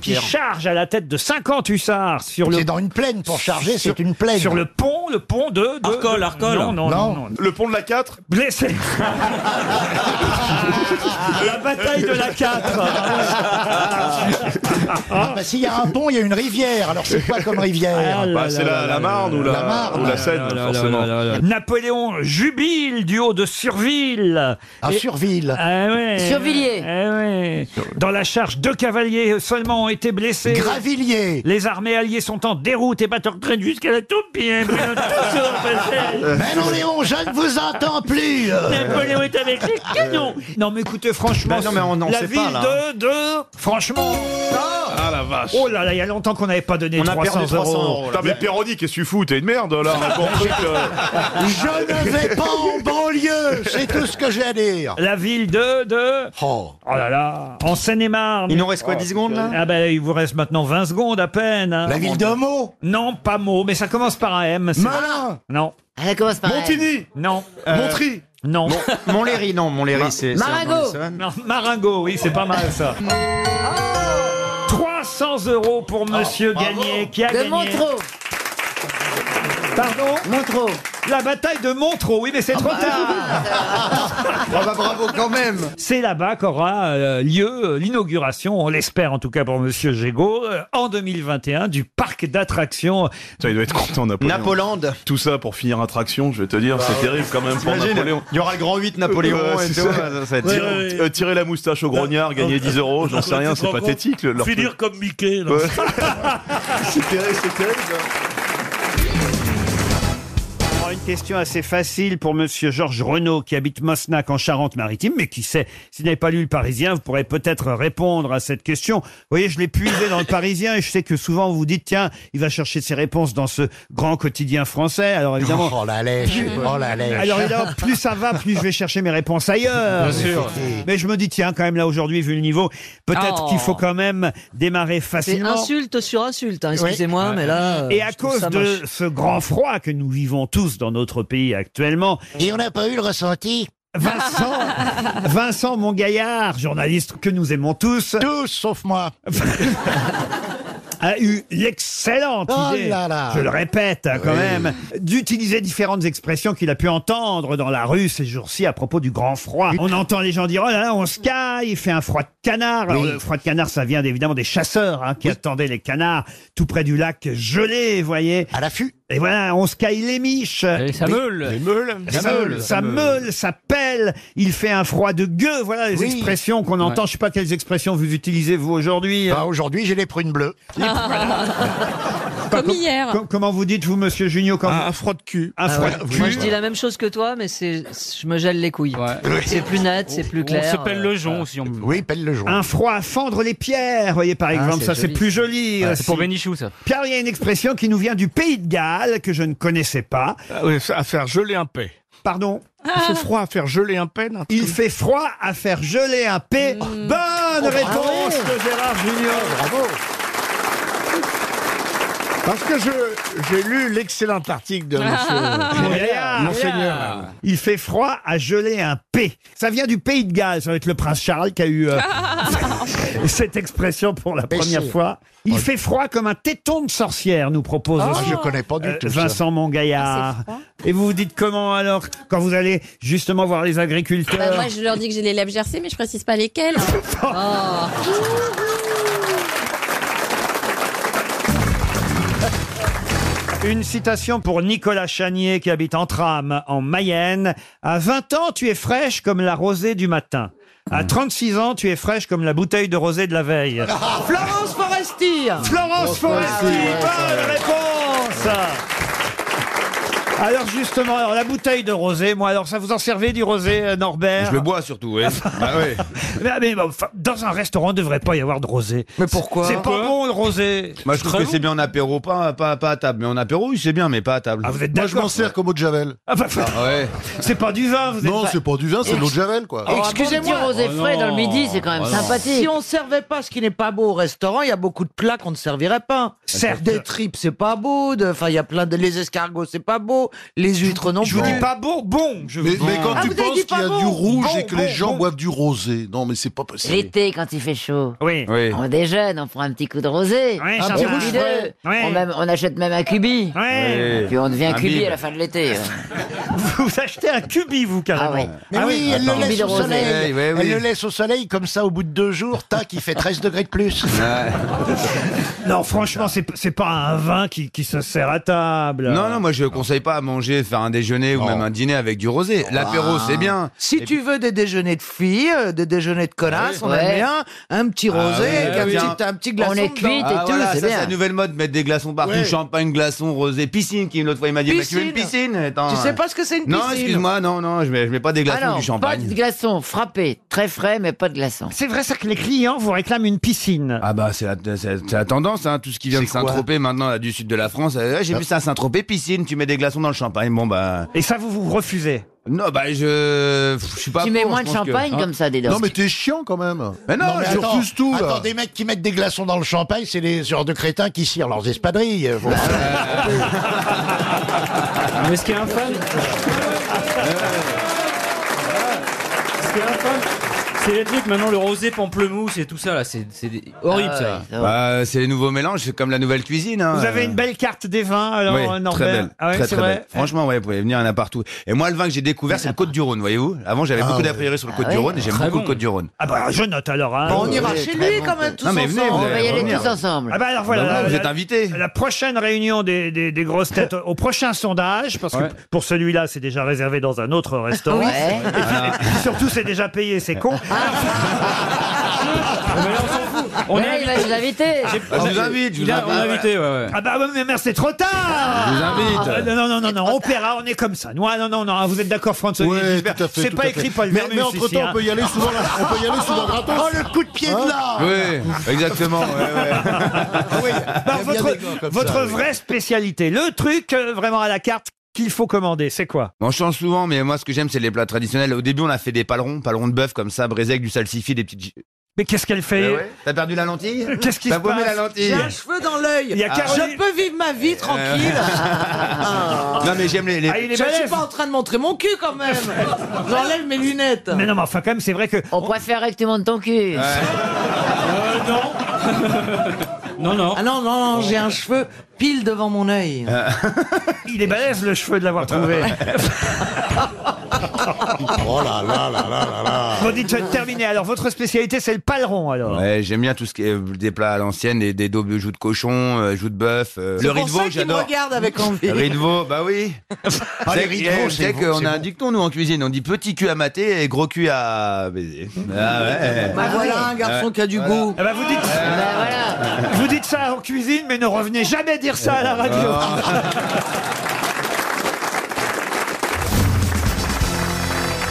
qui charge à la tête de 50 hussards sur le.
C'est dans une plaine pour charger,
sur-
c'est une plaine.
Sur le pont, le pont de. de-
Arcole,
de-
Arcole.
Non, non, non.
Non.
non.
Le pont de la 4
Blessé. la bataille de la Ah, 4.
Ah, bah, S'il y a un pont, il y a une rivière. Alors c'est quoi comme rivière
Ah
Bah, c'est la, la Marne ou la,
Marne.
ou la Seine, forcément.
Napoléon jubile du haut de Surville.
Ah,
Et-
Surville.
Ah ouais.
Survilliers.
Ah ouais. Dans la charge, deux cavaliers seulement ont été blessés.
Gravilliers.
Les armées alliées sont en déroute et battent en retraite jusqu'à la tombe.
Euh,
Mais non, Léon, je ne vous entends plus. Euh,
Napoléon est avec les
Ben
canons. Non, mais écoutez, franchement,
Bah non, mais on n'en
la
sait
ville
pas, là.
de, de, franchement.
Ah la vache.
Oh là là, il y a longtemps qu'on n'avait pas donné 300, euros.
Putain, mais Péroni, qu'est-ce que tu fous T'es une merde, là. encore un truc, euh.
Je ne vais pas en banlieue, c'est tout ce que j'ai à dire.
La ville de... de... Oh. là là, en Seine-et-Marne.
Il nous reste quoi, 10 secondes, là
Ah ben, il vous reste maintenant 20 secondes à peine.
La ville de
Meaux Non, pas Meaux, mais ça commence par un M. c'est-
Melun
Non.
Elle Ah, commence par un M. Montigny
Non.
Euh, Montry
Non.
Montlhéry, non, Montlhéry, c'est- c'est dans les
Maringo
Cévennes.
Non, Maringo, oui, c'est pas mal ça. 300 euros pour Monsieur Gagné qui a
De
gagné.
Montreux.
Pardon
Montreux. Ah bah,
La bataille de Montreux, oui, mais c'est trop tard. bravo quand même. C'est là-bas qu'aura euh, lieu euh, l'inauguration, on l'espère en tout cas pour Monsieur Gégaud, euh, en 2021 du parc d'attractions.
Putain, il doit être content, Napoléon. Tout ça pour finir attraction, je vais te dire, c'est terrible quand même pour
Ah T'imagines
Napoléon.
Il y aura le grand 8 Napoléon
Ouais,
et
c'est
tout,
ça.
ouais, ça va être
tirer,
terrible.
euh, tirer la moustache au grognard, gagner 10 euros, j'en sais rien, c'est pathétique. le- leur
Finir comme Mickey. là.
Ouais. C'est terrible, c'est terrible.
Alors, Une question assez facile pour Monsieur Georges Renaud qui habite Mosnac en Charente-Maritime, mais qui sait, si vous n'avez pas lu le Parisien, vous pourrez peut-être répondre à cette question. Vous voyez, je l'ai puisé dans le Parisien et je sais que souvent vous dites, tiens, il va chercher ses réponses dans ce grand quotidien français. Alors évidemment.
Oh la lèche, oh la lèche.
Alors évidemment, plus ça va, plus je vais chercher mes réponses ailleurs.
Bien sûr.
Mais je me dis, tiens, quand même là aujourd'hui, vu le niveau, peut-être
Oh.
qu'il faut quand même démarrer
C'est
facilement.
insulte sur insulte, hein, excusez-moi,
Ouais.
mais là. euh,
Et à
je trouve
cause
ça
de
moche.
ce grand froid que nous vivons tous dans notre pays actuellement. Et on n'a pas eu le ressenti. Vincent, Vincent Mongaillard, journaliste que nous aimons tous. Tous, sauf moi. a eu l'excellente
Oh
idée,
là là.
je le répète hein, quand
Oui.
même, d'utiliser différentes expressions qu'il a pu entendre dans la rue ces jours-ci à propos du grand froid. On entend les gens dire « Oh là là, on se caille, il fait un froid de canard Alors,
Oui.
Le froid de canard, ça vient évidemment des chasseurs hein, qui attendaient les canards tout près du lac gelé, vous voyez. À l'affût. Et voilà, on se caille les miches.
ça
Oui.
meule. Les meules.
Ça,
Ça meule.
ça meule, ça pèle, il fait un froid de gueux. Voilà les
Oui.
expressions qu'on entend.
Ouais. Bah,
Je sais pas quelles expressions vous utilisez vous aujourd'hui. hein.
Aujourd'hui, j'ai les prunes bleues.
Pas com- com- comment vous dites, vous, monsieur Junio quand un, froid de cul. Un
Ah
froid
ouais.
de cul.
Moi, je dis la même chose que toi, mais c'est, je me gèle les couilles. C'est plus net, c'est plus clair.
On se pèle le jonc aussi.
Oui, pèle le joint. Un froid à fendre les pierres, voyez par
Ah,
exemple,
c'est
ça c'est
joli.
plus joli.
Ouais,
aussi.
c'est pour Bénichou, ça.
Puis alors, il y a une expression qui nous vient du pays de Galles que je ne connaissais pas.
Ah
à faire geler un paix.
Pardon
Il
Ah.
fait froid à faire geler un paix. non
Il fait froid à faire geler un P.
Mm.
Bonne
Ah
réponse de Gérard Junior. Bravo.
Parce que je- j'ai lu l'excellent article de
Ah,
monsieur
Monseigneur.
Monseigneur.
Il fait froid à geler un P. Ça vient du pays de Galles. Ça va être le prince Charles qui a eu euh,
Ah.
cette expression pour la
Pêché.
première fois. Il fait froid comme un téton de sorcière, nous propose
Oh. Ah,
aussi,
je
euh,
connais pas du tout ça.
Vincent
Ah,
Mongaillard. Et vous vous dites comment alors quand vous allez justement voir les agriculteurs
Bah, moi, je leur dis que j'ai les lèvres gercées, mais je précise pas lesquelles.
Ah.
Une citation pour Nicolas Chanier qui habite en tram en Mayenne. À 20 ans, tu es fraîche comme la rosée du matin. À 36 ans, tu es fraîche comme la bouteille de rosée de la veille.
Ah.
Florence Foresti
Florence Foresti, bonne réponse Alors justement, alors la bouteille de rosée, moi, alors ça vous en servez du rosé, euh, Norbert
Je le bois surtout, ouais. Bah ouais.
Mais, mais, bah, enfin, dans un restaurant, il ne devrait pas y avoir de rosé. Mais pourquoi C'est pas
Pourquoi
bon le rosé.
Moi, je trouve que
Vraiment
c'est bien en apéro, pas, pas, pas à table. Mais en apéro, oui, c'est bien, mais pas à table.
Ah, vous êtes Moi, je d'accord, m'en sers ouais.
comme eau de Javel.
Ah, bah,
ouais.
C'est pas du vin, vous êtes
Non,
pas-
c'est pas du vin, c'est de l'eau de Javel,
quoi.
Excusez-moi. Un bon petit rosé
Oh
frais dans le midi, c'est quand même sympathique.
Si on servait pas ce qui n'est pas beau au restaurant, il y a beaucoup de plats qu'on ne servirait pas.
Certes.
Des tripes, c'est pas beau. de- Enfin, il y a plein de. Les escargots, c'est pas beau. Les huîtres non
Je
plus.
vous dis pas bon, bon. Je vous
Mais,
dis.
mais quand
Ah,
tu
vous avez
penses
dit
qu'il
pas
y a
bon.
du rouge
Bon,
et que les
bon,
gens
bon.
boivent du rosé, non mais c'est pas possible.
L'été, quand il fait chaud,
oui.
on déjeune, on prend un petit coup de rosé.
Ouais,
un
ça
petit
va.
coup de-
Ouais.
on, même- on achète même un cubi.
Ouais.
Puis on devient
Un
cubi
bib.
à la fin de l'été.
Euh.
ouais.
Vous achetez un cubi, vous, carrément.
Mais
Ah
oui, elle
Attends.
le laisse au
Bidon rosé.
soleil.
Ouais, ouais, oui.
Elle le laisse au soleil, comme ça, au bout de deux jours, tac, il fait 13 degrés de plus.
Non, franchement, c'est c'est pas un vin qui, qui se sert à table.
Non, non, moi je conseille pas à manger, faire un déjeuner ou même un dîner avec du
Ah.
rosé. L'apéro, c'est bien.
Si
Et
tu veux des déjeuners de filles, euh, des déjeuners de connasses, on aime
Ouais.
bien un petit
Ah
rosé
ouais,
avec un,
oui.
petit, un petit glaçon. dedans.
Ah, voilà, ça, C'est la nouvelle mode, mettre des glaçons partout,
Ouais.
champagne, glaçon, rosé, piscine, qui l'autre fois il m'a dit, mais tu veux une
Piscine.
piscine Attends,
Tu sais
euh,
pas ce que c'est une
Non,
piscine
excuse-moi, non, non, je mets, je mets pas des glaçons
Alors,
du champagne.
pas de glaçons, frappé, très frais, mais pas de glaçons.
C'est vrai ça que les clients vous réclament une piscine.
Ah bah c'est la, c'est- c'est la tendance, hein, tout ce qui vient de Saint-Tropez maintenant, là, du sud de la France. euh, ouais, J'ai vu ça à Saint-Tropez, piscine, tu mets des glaçons dans le champagne, bon bah...
Et ça vous vous refusez
Non bah je... Je suis pas
Tu mets
pour,
moins
je
de
pense que-
champagne
hein.
comme ça, dedans.
Non, mais t'es chiant quand même.
Mais non, je
attends,
refuse tout, là.
Attends, des mecs qui mettent des glaçons dans le champagne, c'est les genres de crétins qui cirent leurs espadrilles. Faut-
Mais ce qui est infâme.
Ah,
Ce qui est infâme,
Ah,
C'est les trucs maintenant, le rosé pamplemousse et tout ça là, c'est c'est des- horrible
Ah
ça.
ouais, Bah, c'est les nouveaux mélanges, c'est comme la nouvelle cuisine. hein.
Vous avez une belle carte des vins, alors,
Oui,
euh, Norbert
très belle.
Ah ouais,
très,
c'est
très
vrai.
belle. Franchement, ouais, vous pouvez venir, il y en a partout. Et moi, le vin que j'ai découvert, c'est le Côte-du-Rhône, voyez-vous. Avant, j'avais
Ah
beaucoup
ouais.
d'a priori sur le
Ah
Côte-du-Rhône,
ouais.
et j'aime
Très
beaucoup le
bon.
Côte-du-Rhône.
Ah bah, je note alors. hein.
Bon, on ira chez lui, quand même, tous Non, mais venez, ensemble. vous
On
allez
va y aller
revenir.
tous ensemble. Ah bah alors voilà.
Bah voilà,
la-
vous
la-
êtes invités.
La prochaine réunion des, des- des grosses têtes, au prochain sondage, parce
Ouais.
que pour celui-là, c'est déjà réservé dans un autre restaurant.
Oui.
Et puis-
Ah.
et puis surtout, c'est déjà payé, c'est con.
On Ouais, est il va invité. nous inviter. J'ai-
Ah, je vous invite, je vous
Il a-
invite.
on est invité, Ah bah ouais, mais merde, c'est trop tard
Je vous invite.
Ah, Non, non, non, non, on paiera, on est comme ça. Non, ah, non, non, non, vous êtes d'accord, François
Ouais,
Olivier Gisbert
tout à fait,
C'est
tout
pas
à
écrit
fait.
Paul
Mais-
Vermus
mais entre-temps,
ici, hein.
on peut y aller souvent là- on peut y aller souvent gratos.
Oh, le coup de pied
Hein
de là ah,
Oui, exactement. ouais,
Il
ouais.
Alors,
y a bien
Ah bah, votre
des gars comme
votre
ça, oui.
vraie spécialité, le truc euh, vraiment à la carte qu'il faut commander, c'est quoi
On change souvent, mais moi, ce que j'aime, c'est les plats traditionnels. Au début, on a fait des palerons, palerons de bœuf comme ça, brisés avec du salsifis, des petites. gi-
Mais qu'est-ce qu'elle fait
Eh ouais, T'as perdu la lentille
Qu'est-ce qui
T'as
se
paumé
passe
la lentille
J'ai un cheveu dans l'œil.
Il y a Caroline-
Je peux vivre ma vie tranquille. Ah.
Euh. Non, mais j'aime les. les-
Ah, il est je
Je-
ne suis pas en train de montrer mon cul quand même. J'enlève mes lunettes.
Mais non, mais enfin, quand même, c'est vrai que.
On préférerait que tu montes ton cul.
Non, non.
Ah non, non, non, j'ai un cheveu pile devant mon œil.
Euh.
Il est balèze le cheveu de l'avoir trouvé.
Oh là là là là là là.
Bon, dites terminé. Alors, votre spécialité, c'est le paleron, alors.
Ouais, j'aime bien tout ce qui est euh, des plats à l'ancienne, des, des daubes de joues de cochon, euh, joues de bœuf. euh,
C'est
le
pour
riz de veau,
ça qu'il me
j'adore.
regarde avec envie.
Le riz de veau, bah oui.
Ah, les
C'est-
riz de
eh,
veau,
vous savez
c'est bon,
qu'on
c'est
a un
bon.
dicton, nous, en cuisine. On dit petit cul à mater et gros cul à baiser. Ah ouais. Ah
Bah voilà un garçon
Ouais.
qui a du
Voilà.
goût. Bah
Eh ben, vous dites. Vous dites ça en cuisine, mais ne revenez jamais dire ça à la radio.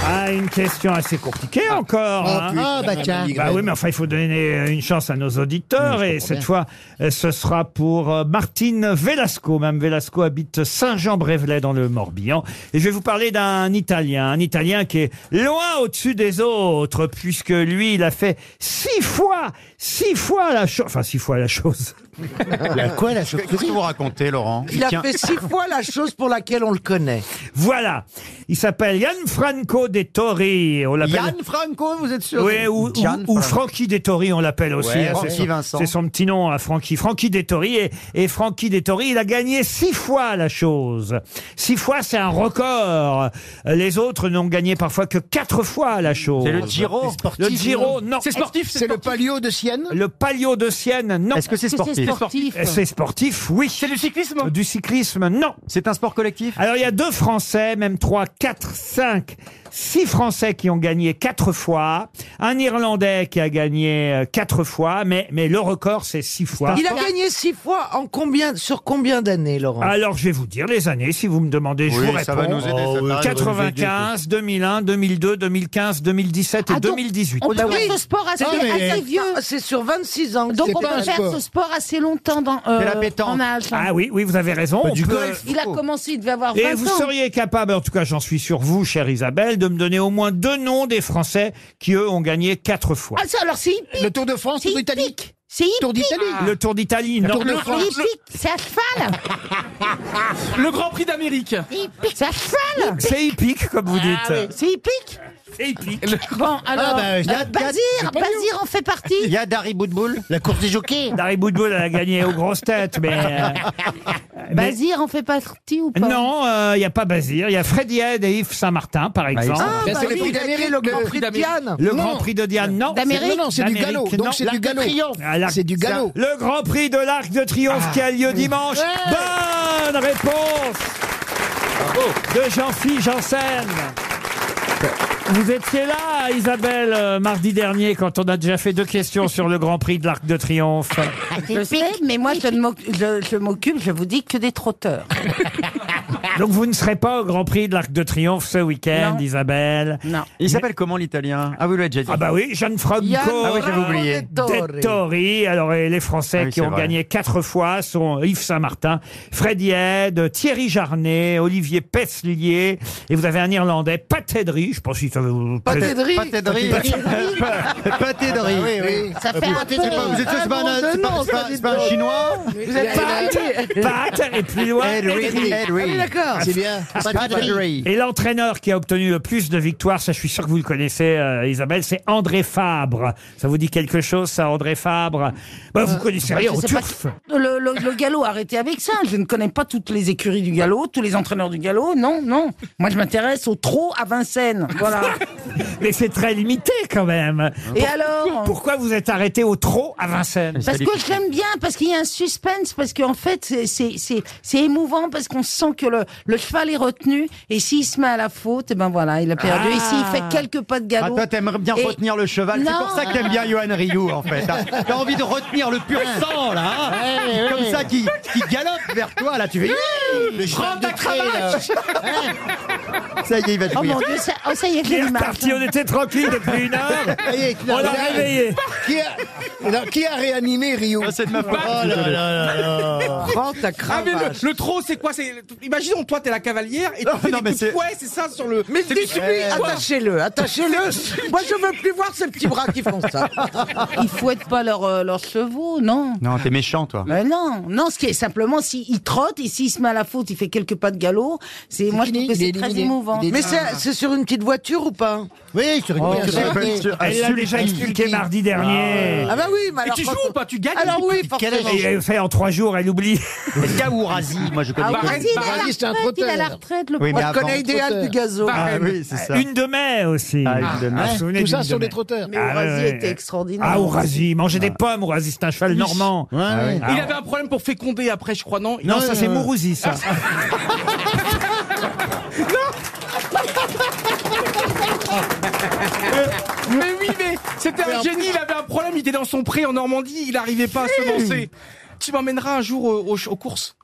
Ah, une question assez compliquée encore.
Oh,
hein.
putain, Ah, bah, tiens.
Bah oui, mais enfin, il faut donner euh, une chance à nos auditeurs. et cette fois, euh, ce sera pour euh, Martine Velasco. Mme Velasco habite Saint-Jean-Brévelay dans le Morbihan. Et je vais vous parler d'un Italien. Un Italien qui est loin au-dessus des autres, puisque lui, il a fait six fois, six fois la chose. Enfin, six fois la chose.
La quoi,
la chose Qu'est-ce que vous racontez, Laurent
Il a fait six fois la chose pour laquelle on le connaît.
Voilà. Il s'appelle Gianfranco De Torri. On l'appelle.
Yann Franco, vous êtes sûr
Oui, ou, ou, ou Frankie Dettori, on l'appelle aussi.
Ouais,
hein,
Francky
c'est son-
Vincent.
C'est son petit nom hein, à Francky. Francky Dettori. Et, et Francky Dettori, il a gagné six fois la chose. Six fois, c'est un record. Les autres n'ont gagné parfois que quatre fois la chose. Le Giro, non.
C'est le palio de Sienne
Le Palio de Sienne, non.
Est-ce que c'est Est-ce que c'est sportif sportif
Euh, C'est sportif, oui. C'est du cyclisme Du cyclisme, non. C'est un sport collectif Alors, il y a deux Français, même trois, quatre, cinq, six Français qui ont gagné quatre fois. Un Irlandais qui a gagné euh, quatre fois, mais, mais le record, c'est six fois.
Il a gagné six fois en combien, sur combien d'années, Laurent
Alors, je vais vous dire les années, si vous me demandez, je
Oui,
vous réponds.
ça va nous aider, ça Oh, oui, paraît, ça va nous aider,
95, 2001, 2002, 2015,
Ah,
2017 et
donc,
2018.
on peut
Bah Oui.
faire ce sport assez-
Ah, mais-
assez vieux. C'est sur 26 ans.
Donc on peut faire ce sport assez longtemps dans, euh, en âge. hein.
Ah oui, oui, vous avez raison. on peut-
Il a commencé, il devait avoir 20
Et vous
ans.
seriez capable, en tout cas j'en suis sur vous, chère Isabelle, de me donner au moins deux noms des Français qui, eux, ont gagné quatre fois.
Ah ça, alors c'est hippique. Le Tour de France, c'est britannique. C'est hippique. Tour d'Italie.
Le Tour d'Italie, Ah. non.
Tour de France. Hippique, c'est à cheval.
Le Grand Prix d'Amérique.
Hippique, c'est à cheval.
C'est hippique, comme vous
Ah
dites.
oui, C'est hippique.
et hippique.
Bon,
Ah,
alors,
bah,
euh, Bazir,
pas
Bazir en fait partie.
Il y a Dari Boudboul. La course des jockeys. Dari Boudboul elle a gagné aux grosses têtes, mais. euh, mais-
Bazir en fait partie ou pas
Non, euh, il n'y a pas Bazir. Il y a Freddy Head et Yves Saint-Martin, par exemple.
Ah, bah oui, d'Amérique, le Grand Prix de Diane.
Le
Non.
Grand Prix de Diane, non.
D'Amérique
C'est-
Non, non, c'est du
d'Amérique,
galop. Donc
non.
c'est du
L'Arc de
galop.
Triomphe.
Ah, l'Arc- Ah. C'est du galop.
Le Grand Prix de l'Arc de Triomphe qui a lieu dimanche. Bonne réponse de Jean-Philippe Janssen. Vous étiez là, Isabelle, euh, mardi dernier, quand on a déjà fait deux questions sur le Grand Prix de l'Arc de Triomphe.
Je sais, mais moi, je ne m'oc- je je m'occupe, je vous dis, que des trotteurs.
Donc vous ne serez pas au Grand Prix de l'Arc de Triomphe ce week-end, Isabelle. Non.
Il s'appelle comment l'italien Ah, vous l'avez déjà dit.
Ah bah oui, Gianfranco
Yann Ah oui, j'avais oublié.
Dettori. Alors et les Français
Ah oui,
qui
c'est
ont
vrai.
gagné quatre fois sont Yves Saint-Martin, Freddy Head, Thierry Jarnet, Olivier Peslier et vous avez un Irlandais, Pat Hedry, je pense que ça vous
Pat Hedry.
Pat Hedry.
Pat Hedry.
Pat Hedry.
Ah bah oui, oui.
Ça fait
Euh,
un
vous-
peu-
c'est pas- Vous êtes sûr que c'est pas un- c'est pas- c'est pas- c'est pas un chinois
Vous êtes pas- Pat, et plus loin,
Henry.
Henry.
Henry.
Ah,
d'accord. C'est bien. Pat
Pat
Henry.
Henry. Et l'entraîneur qui a obtenu le plus de victoires, ça je suis sûr que vous le connaissez, euh, Isabelle, c'est André Fabre. Ça vous dit quelque chose, ça, André Fabre bah, Vous connaissez rien
Euh, Je
au
sais pas
turf.
qui- Le, le- le galop, arrêtez avec ça. Je ne connais pas toutes les écuries du galop, tous les entraîneurs du galop. Non, non. Moi, je m'intéresse au trot à Vincennes. Voilà.
Mais c'est très limité quand même.
Et
Pour-
alors
Pourquoi vous êtes arrêté au trot à Vincennes
Parce que je l'aime bien, parce qu'il y a un suspense, parce qu'en fait, c'est- c'est- c'est c'est émouvant, parce qu'on sent que le, le cheval est retenu, et s'il se met à la faute, et ben voilà, il a perdu.
Ah.
Et s'il fait quelques pas de galop.
Ah, toi, t'aimerais bien retenir le cheval. C'est pour ça que t'aimes bien Johan Rioux, en fait. hein. T'as envie de retenir le pur sang, là. hein.
Ouais, ouais,
Comme
ouais.
ça, qui, qui galope vers toi, là. Tu fais.
Oui,
Prends ta
cravache.
Ça y est, il va te
Oh
courir.
mon dieu, ça, oh, ça y est, je
Il est
l'ai
reparti,
on était tranquille depuis une heure.
Ça y est,
On l'a réveillé.
Qui a, non, qui a réanimé Rio C'est de ma faute. Oh là là là là.
Ah, mais le, le trot, c'est quoi C'est imaginons toi t'es la cavalière et tu fais des coups de fouet, c'est ça sur le. Mais
dis-lui,
attachez-le,
attachez-le. Moi, je veux plus voir ces petits bras qui font ça. Ils fouettent pas leurs euh, leurs chevaux, non.
Non, t'es méchant, toi.
Mais non, non, ce qui est simplement s'il il trotte et s'il se met à la faute, il fait quelques pas de galop. C'est moi je trouve que c'est très émouvant.
Mais c'est c'est sur une petite voiture ou pas
Oui, sur
une
voiture.
Elle l'a déjà expliqué mardi dernier.
Ah bah oui, mais
Et
alors
tu
quand-
joues ou pas Tu
gagnes
Alors oui,
Quel
forcément.
âge Et elle fait en trois jours, elle oublie.
Kaourazi, moi je
Ah,
connais.
Barrez- Barrez, c'est un trotteur. Il a la retraite, le
Oui, mais
pauvre.
avant- Ah
Varenne.
oui, c'est ça.
Bah, euh, Une de mai aussi.
Ah, une de mai.
Vous vous souvenez
Tout ça
d'une
sur
de mai.
des trotteurs.
Mais
Ah,
Ourasi
ouais, ouais.
était extraordinaire.
Ah, Ourasi, mangeait des pommes, Ourasi, c'est un cheval normand. Ah,
Il avait un problème pour féconder après, je crois, non
Non, ça c'est Mourouzi, ça.
mais oui, mais c'était un génie, il avait un problème, il était dans son pré en Normandie, il n'arrivait pas à se lancer. Tu m'emmèneras un jour euh, au- au- aux courses.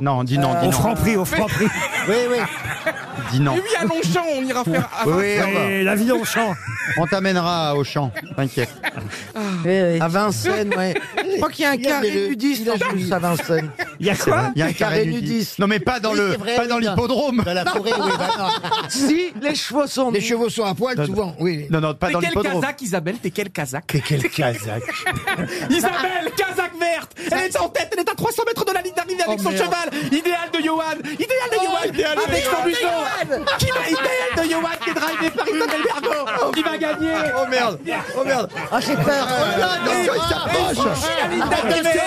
Non, dis non,
Euh,
dis non.
au Franprix, au Franprix.
Oui, oui. Dis non.
Mais Eh oui, à Longchamp, on ira faire. à-
Oui,
Ouais,
la vie au champ.
On t'amènera au champ, t'inquiète.
Ah. À Vincennes, ouais. Je crois qu'il y a un
Il y a
carré
le-
nudiste en plus à Vincennes.
Il y a quoi
Il y a un carré nudiste. Non, mais pas dans
Oui,
le,
c'est vrai,
pas dans
oui, là.
l'hippodrome.
Dans la forêt, oui, bah non. Si, les chevaux sont
Les chevaux sont à poil
Non, non.
souvent, oui.
Non, non, pas
T'es
dans
quel
l'hippodrome.
Kazakh, Isabelle T'es quel Kazakh
T'es quel Kazakh
Isabelle, Kazakh verte Elle est en tête, elle est à 300 mètres de la ligne d'arrivée avec
Oh,
son
merde.
cheval Idéal de Johan Idéal de
Oh,
Johan
idéal de
Avec son
Johan,
museau
Johan.
Qui va- Idéal de Johan qui est drivé par Isabelle Bergo Il va gagner
Oh merde Oh merde Ah j'ai peur Oh là, attention, il s'approche
la ligne d'arrivée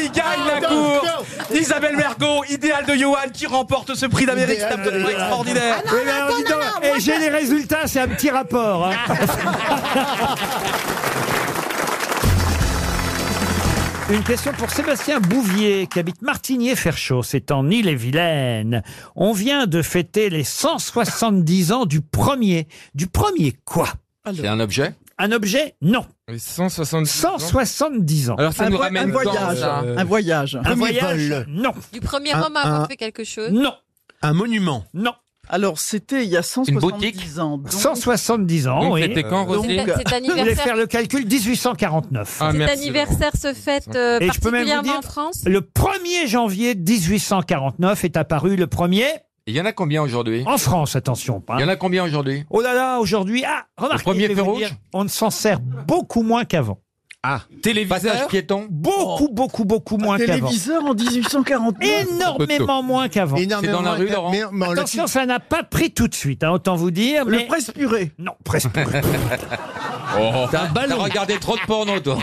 Et il gagne la course Isabelle Bergo, idéal de Johan qui remporte ce prix d'Amérique, c'est
Ah
absolument
Ah
extraordinaire
Eh
Oui, mais alors, Eh ben, dis donc, et j'ai les résultats, c'est un petit rapport. hein.
Ah.
Une question pour Sébastien Bouvier, qui habite Martigné-Ferchaud, c'est en Ille-et-Vilaine. On vient de fêter les 170 ans du premier. Du premier quoi
C'est un objet
Un objet Non.
170
170 ans.
Alors, ça Un nous vo- ramène un dans, euh, voyage, ça un voyage.
Un
Premier
voyage
vol.
Non.
Du premier
Un-
homme à avoir
un-
fait quelque chose
Non.
Un monument
Non.
Alors, c'était il y a 170 ans. donc-
170 ans,
Donc,
oui.
c'était quand,
Roselyne C'est- c'est
Vous voulez
anniversaire.
faire le calcul 1849.
Ah,
Cet anniversaire se fête euh,
Ah, Et je peux même vous
particulièrement
dire-
en France
Le 1er janvier 1849 est apparu le premier
Il y en a combien aujourd'hui
en France, attention. pas.
Il y en a combien aujourd'hui
Oh là là, aujourd'hui, ah, remarquez,
premier
je vais
feu
vous
rouge
dire, on ne s'en sert beaucoup moins qu'avant.
Ah.
Téléviseur piéton. Beaucoup, beaucoup, beaucoup moins qu'avant.
Oh. Ah, Téléviseur en 1849.
Énormément moins qu'avant. Attention, ça n'a pas pris tout de suite, hein, autant vous dire.
Le
mais-
presse-purée.
Non, presse-purée.
Oh,
T'as
T'as
un ballon.
regardé trop de porno, toi.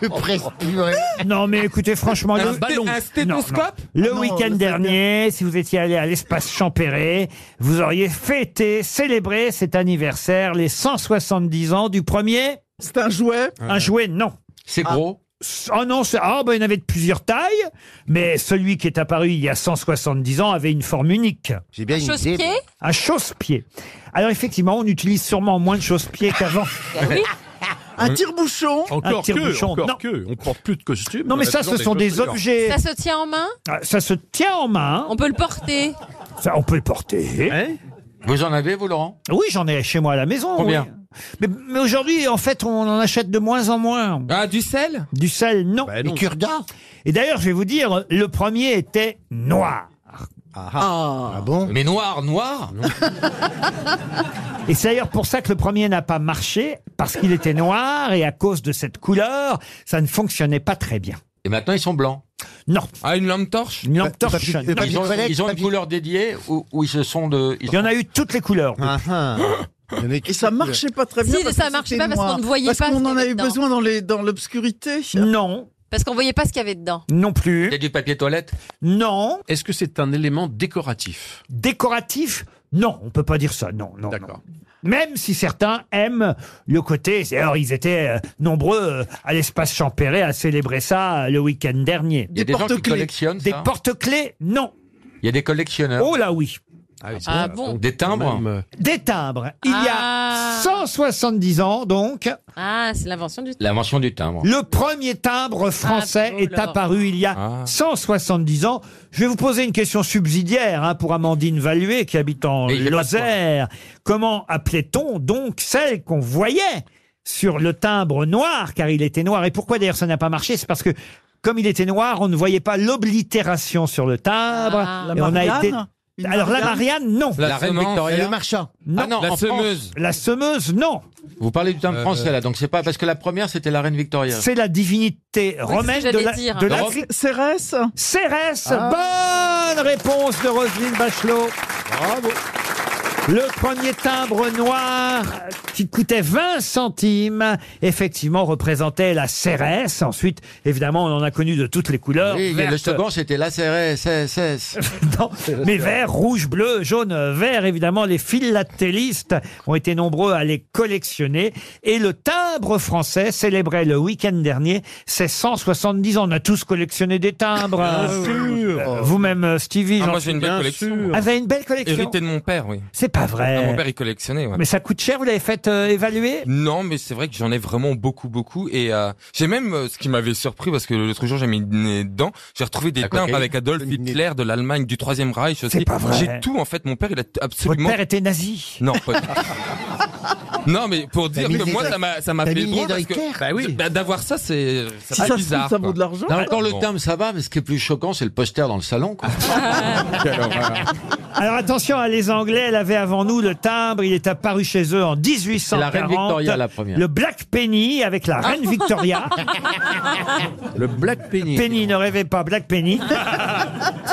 Le presse-purée. Non, mais écoutez, franchement,
Un
le
sté-
ballon.
un stéthoscope Ah
Non, non.
Non,
Le week-end
le
dernier, si vous étiez allé à l'espace Champéré, vous auriez fêté, célébré cet anniversaire, les 170 ans du premier. C'est un jouet Un jouet, non. C'est gros Oh non, c'est- ah ben, il y en avait de plusieurs tailles, mais celui qui est apparu il y a 170 ans avait une forme unique. J'ai bien
Un une idée, chausse-pied mais-
Un chausse-pied. Alors effectivement, on utilise sûrement moins de chausse-pied qu'avant.
Ah
oui.
Un tire-bouchon.
Un
Encore que,
tire-bouchon,
encore
non.
que. On porte plus de costume.
Non, mais
on a
ça,
toujours
ce sont des
chaussures.
objets.
Ça se tient en main
Ah, Ça se tient en main.
On peut le porter
Ça, on peut le porter.
Hein Vous en avez, vous, Laurent
Oui, j'en ai chez moi à la maison.
Combien
oui. Mais, mais aujourd'hui, en fait, on en achète de moins en moins.
Ah, du sel Bah,
Du sel, non.
non. Des
cure-dents Et d'ailleurs, je vais vous dire, le premier était noir.
Ah, bon Mais noir, noir
Et c'est d'ailleurs pour ça que le premier n'a pas marché, parce qu'il était noir et à cause de cette couleur, ça ne fonctionnait pas très bien.
Et maintenant, ils sont blancs.
Non.
Ah, une lampe torche
Une lampe torche, Papier- non. papier
Ils ont,
toilette,
ils ont une
papier-
couleur dédiée ou, ou ils se sont de.
Il y en a eu toutes les couleurs.
Ah, Et ça marchait pas très bien.
Si,
parce
ça
que
marchait
c'était
pas parce
noir.
qu'on ne voyait
Parce
pas ce
qu'on
qu'il
en
y
a
avait
eu
dedans.
besoin dans les dans l'obscurité.
Non.
Parce qu'on voyait pas ce qu'il y avait dedans.
Non plus.
Il y a du papier toilette
Non.
Est-ce que c'est un élément décoratif
Décoratif Non, on peut pas dire ça. Non, non. D'accord. Même si certains aiment le côté. D'ailleurs, ils étaient euh, nombreux euh, à l'espace Champéret à célébrer ça euh, le week-end dernier.
Il y a des gens qui porte-clés. collectionnent ça
Des porte-clés Non.
Il y a des collectionneurs.
Oh là oui.
c'est Ah vrai, bon donc, Des timbres quand
euh,
même.
Des timbres. Il y a 170 ans, donc,
Ah, c'est l'invention du
L'invention du timbre.
le premier timbre français
Ah, bon,
est
là.
apparu il y a
Ah.
170 ans. Je vais vous poser une question subsidiaire hein, pour Amandine Valuet, qui habite en
Mais il y a pas de
Lozère. Comment appelait-on donc celle qu'on voyait sur le timbre noir, car il était noir Et pourquoi d'ailleurs ça n'a pas marché C'est parce que comme il était noir, on ne voyait pas l'oblitération sur le timbre.
La
et on a
Marianne
été...
Une
Alors la
Marianne
Marianne, non.
La La reine semence. Victoria. Le marchand. Ah non, La en France. semeuse.
La semeuse, non.
Vous parlez du timbre
Euh,
français, là, donc c'est pas. Parce que la première, c'était la reine Victoria.
C'est la divinité
c'est ce
romaine
que
de
j'allais
la,
dire.
de la-
Rome.
Cérès
Cérès, bonne réponse de Roselyne Bachelot. Bravo. Le premier timbre noir qui coûtait 20 centimes, effectivement, représentait la Cérès. Ensuite, évidemment, on en a connu de toutes les couleurs.
Oui, mais le
Verte,
second, c'était la CRSSS.
non, mais vert, rouge, bleu, jaune, euh, vert, évidemment, les philatélistes ont été nombreux à les collectionner. Et le timbre français célébrait le week-end dernier ses 170 ans. On a tous collectionné des timbres.
Bien
Euh, euh, Vous-même, euh, Stevie.
Ah,
j'en
moi, j'ai
suis
une belle
bien
collection.
sûr. Ah, vous avez une belle collection
Hérité de mon père, oui.
C'est pas vrai.
Ah, mon père, il collectionnait, ouais.
Mais ça coûte cher, vous l'avez fait euh, évaluer
Non, mais c'est vrai que j'en ai vraiment beaucoup, beaucoup. Et euh, j'ai même, euh, ce qui m'avait surpris, parce que l'autre jour j'ai mis le nez dedans, j'ai retrouvé des timbres
cocaïne.
avec Adolf Hitler de l'Allemagne, du Troisième Reich aussi.
pas vrai.
J'ai tout, en fait. Mon père, il a t-
Votre
absolument...
père était nazi.
Non, pas... Non, mais pour
T'as
dire
mis
que
des
moi,
Dre-
ça m'a, ça m'a
t'as
fait
mis des
drôle parce que,
Drucker.
bah oui. Bah, d'avoir ça, c'est, ça
C'est
fait bizarre. quoi.
Non,
Bah,
Encore le timbre, ça va, mais ce qui est plus choquant, c'est le poster dans le salon. Quoi.
Alors attention, hein, les Anglais l'avaient avant nous, le timbre, il est apparu chez eux en 1840.
la reine Victoria, la première.
Le Black Penny avec la reine Victoria.
le Black Penny.
Penny, ne rêvez pas, Black Penny.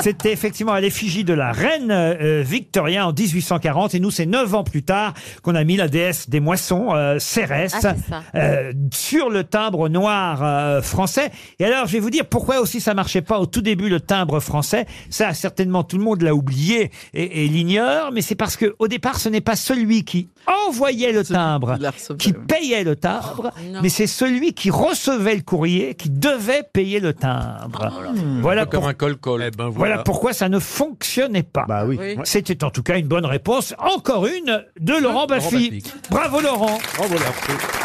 C'était effectivement à l'effigie de la reine euh, Victoria en 1840. Et nous, c'est neuf ans plus tard qu'on a mis la déesse des moissons, euh, Cérès,
Ah, c'est ça.
euh, sur le timbre noir euh, français. Et alors, je vais vous dire pourquoi aussi ça marchait pas au tout début le timbre français. Ça, certainement, tout le monde l'a oublié et, et l'ignore. Mais c'est parce que au départ, ce n'est pas celui qui envoyait le timbre, qui payait le timbre, mais c'est celui qui recevait le courrier qui devait payer le timbre.
Voilà
Voilà
comme
pour-
un col-col.
voilà. pourquoi ça ne fonctionnait pas.
Oui.
C'était en tout cas une bonne réponse. Encore une de Laurent
Laurent
Baffy.
Baffy.
Bravo Laurent.
Bravo, la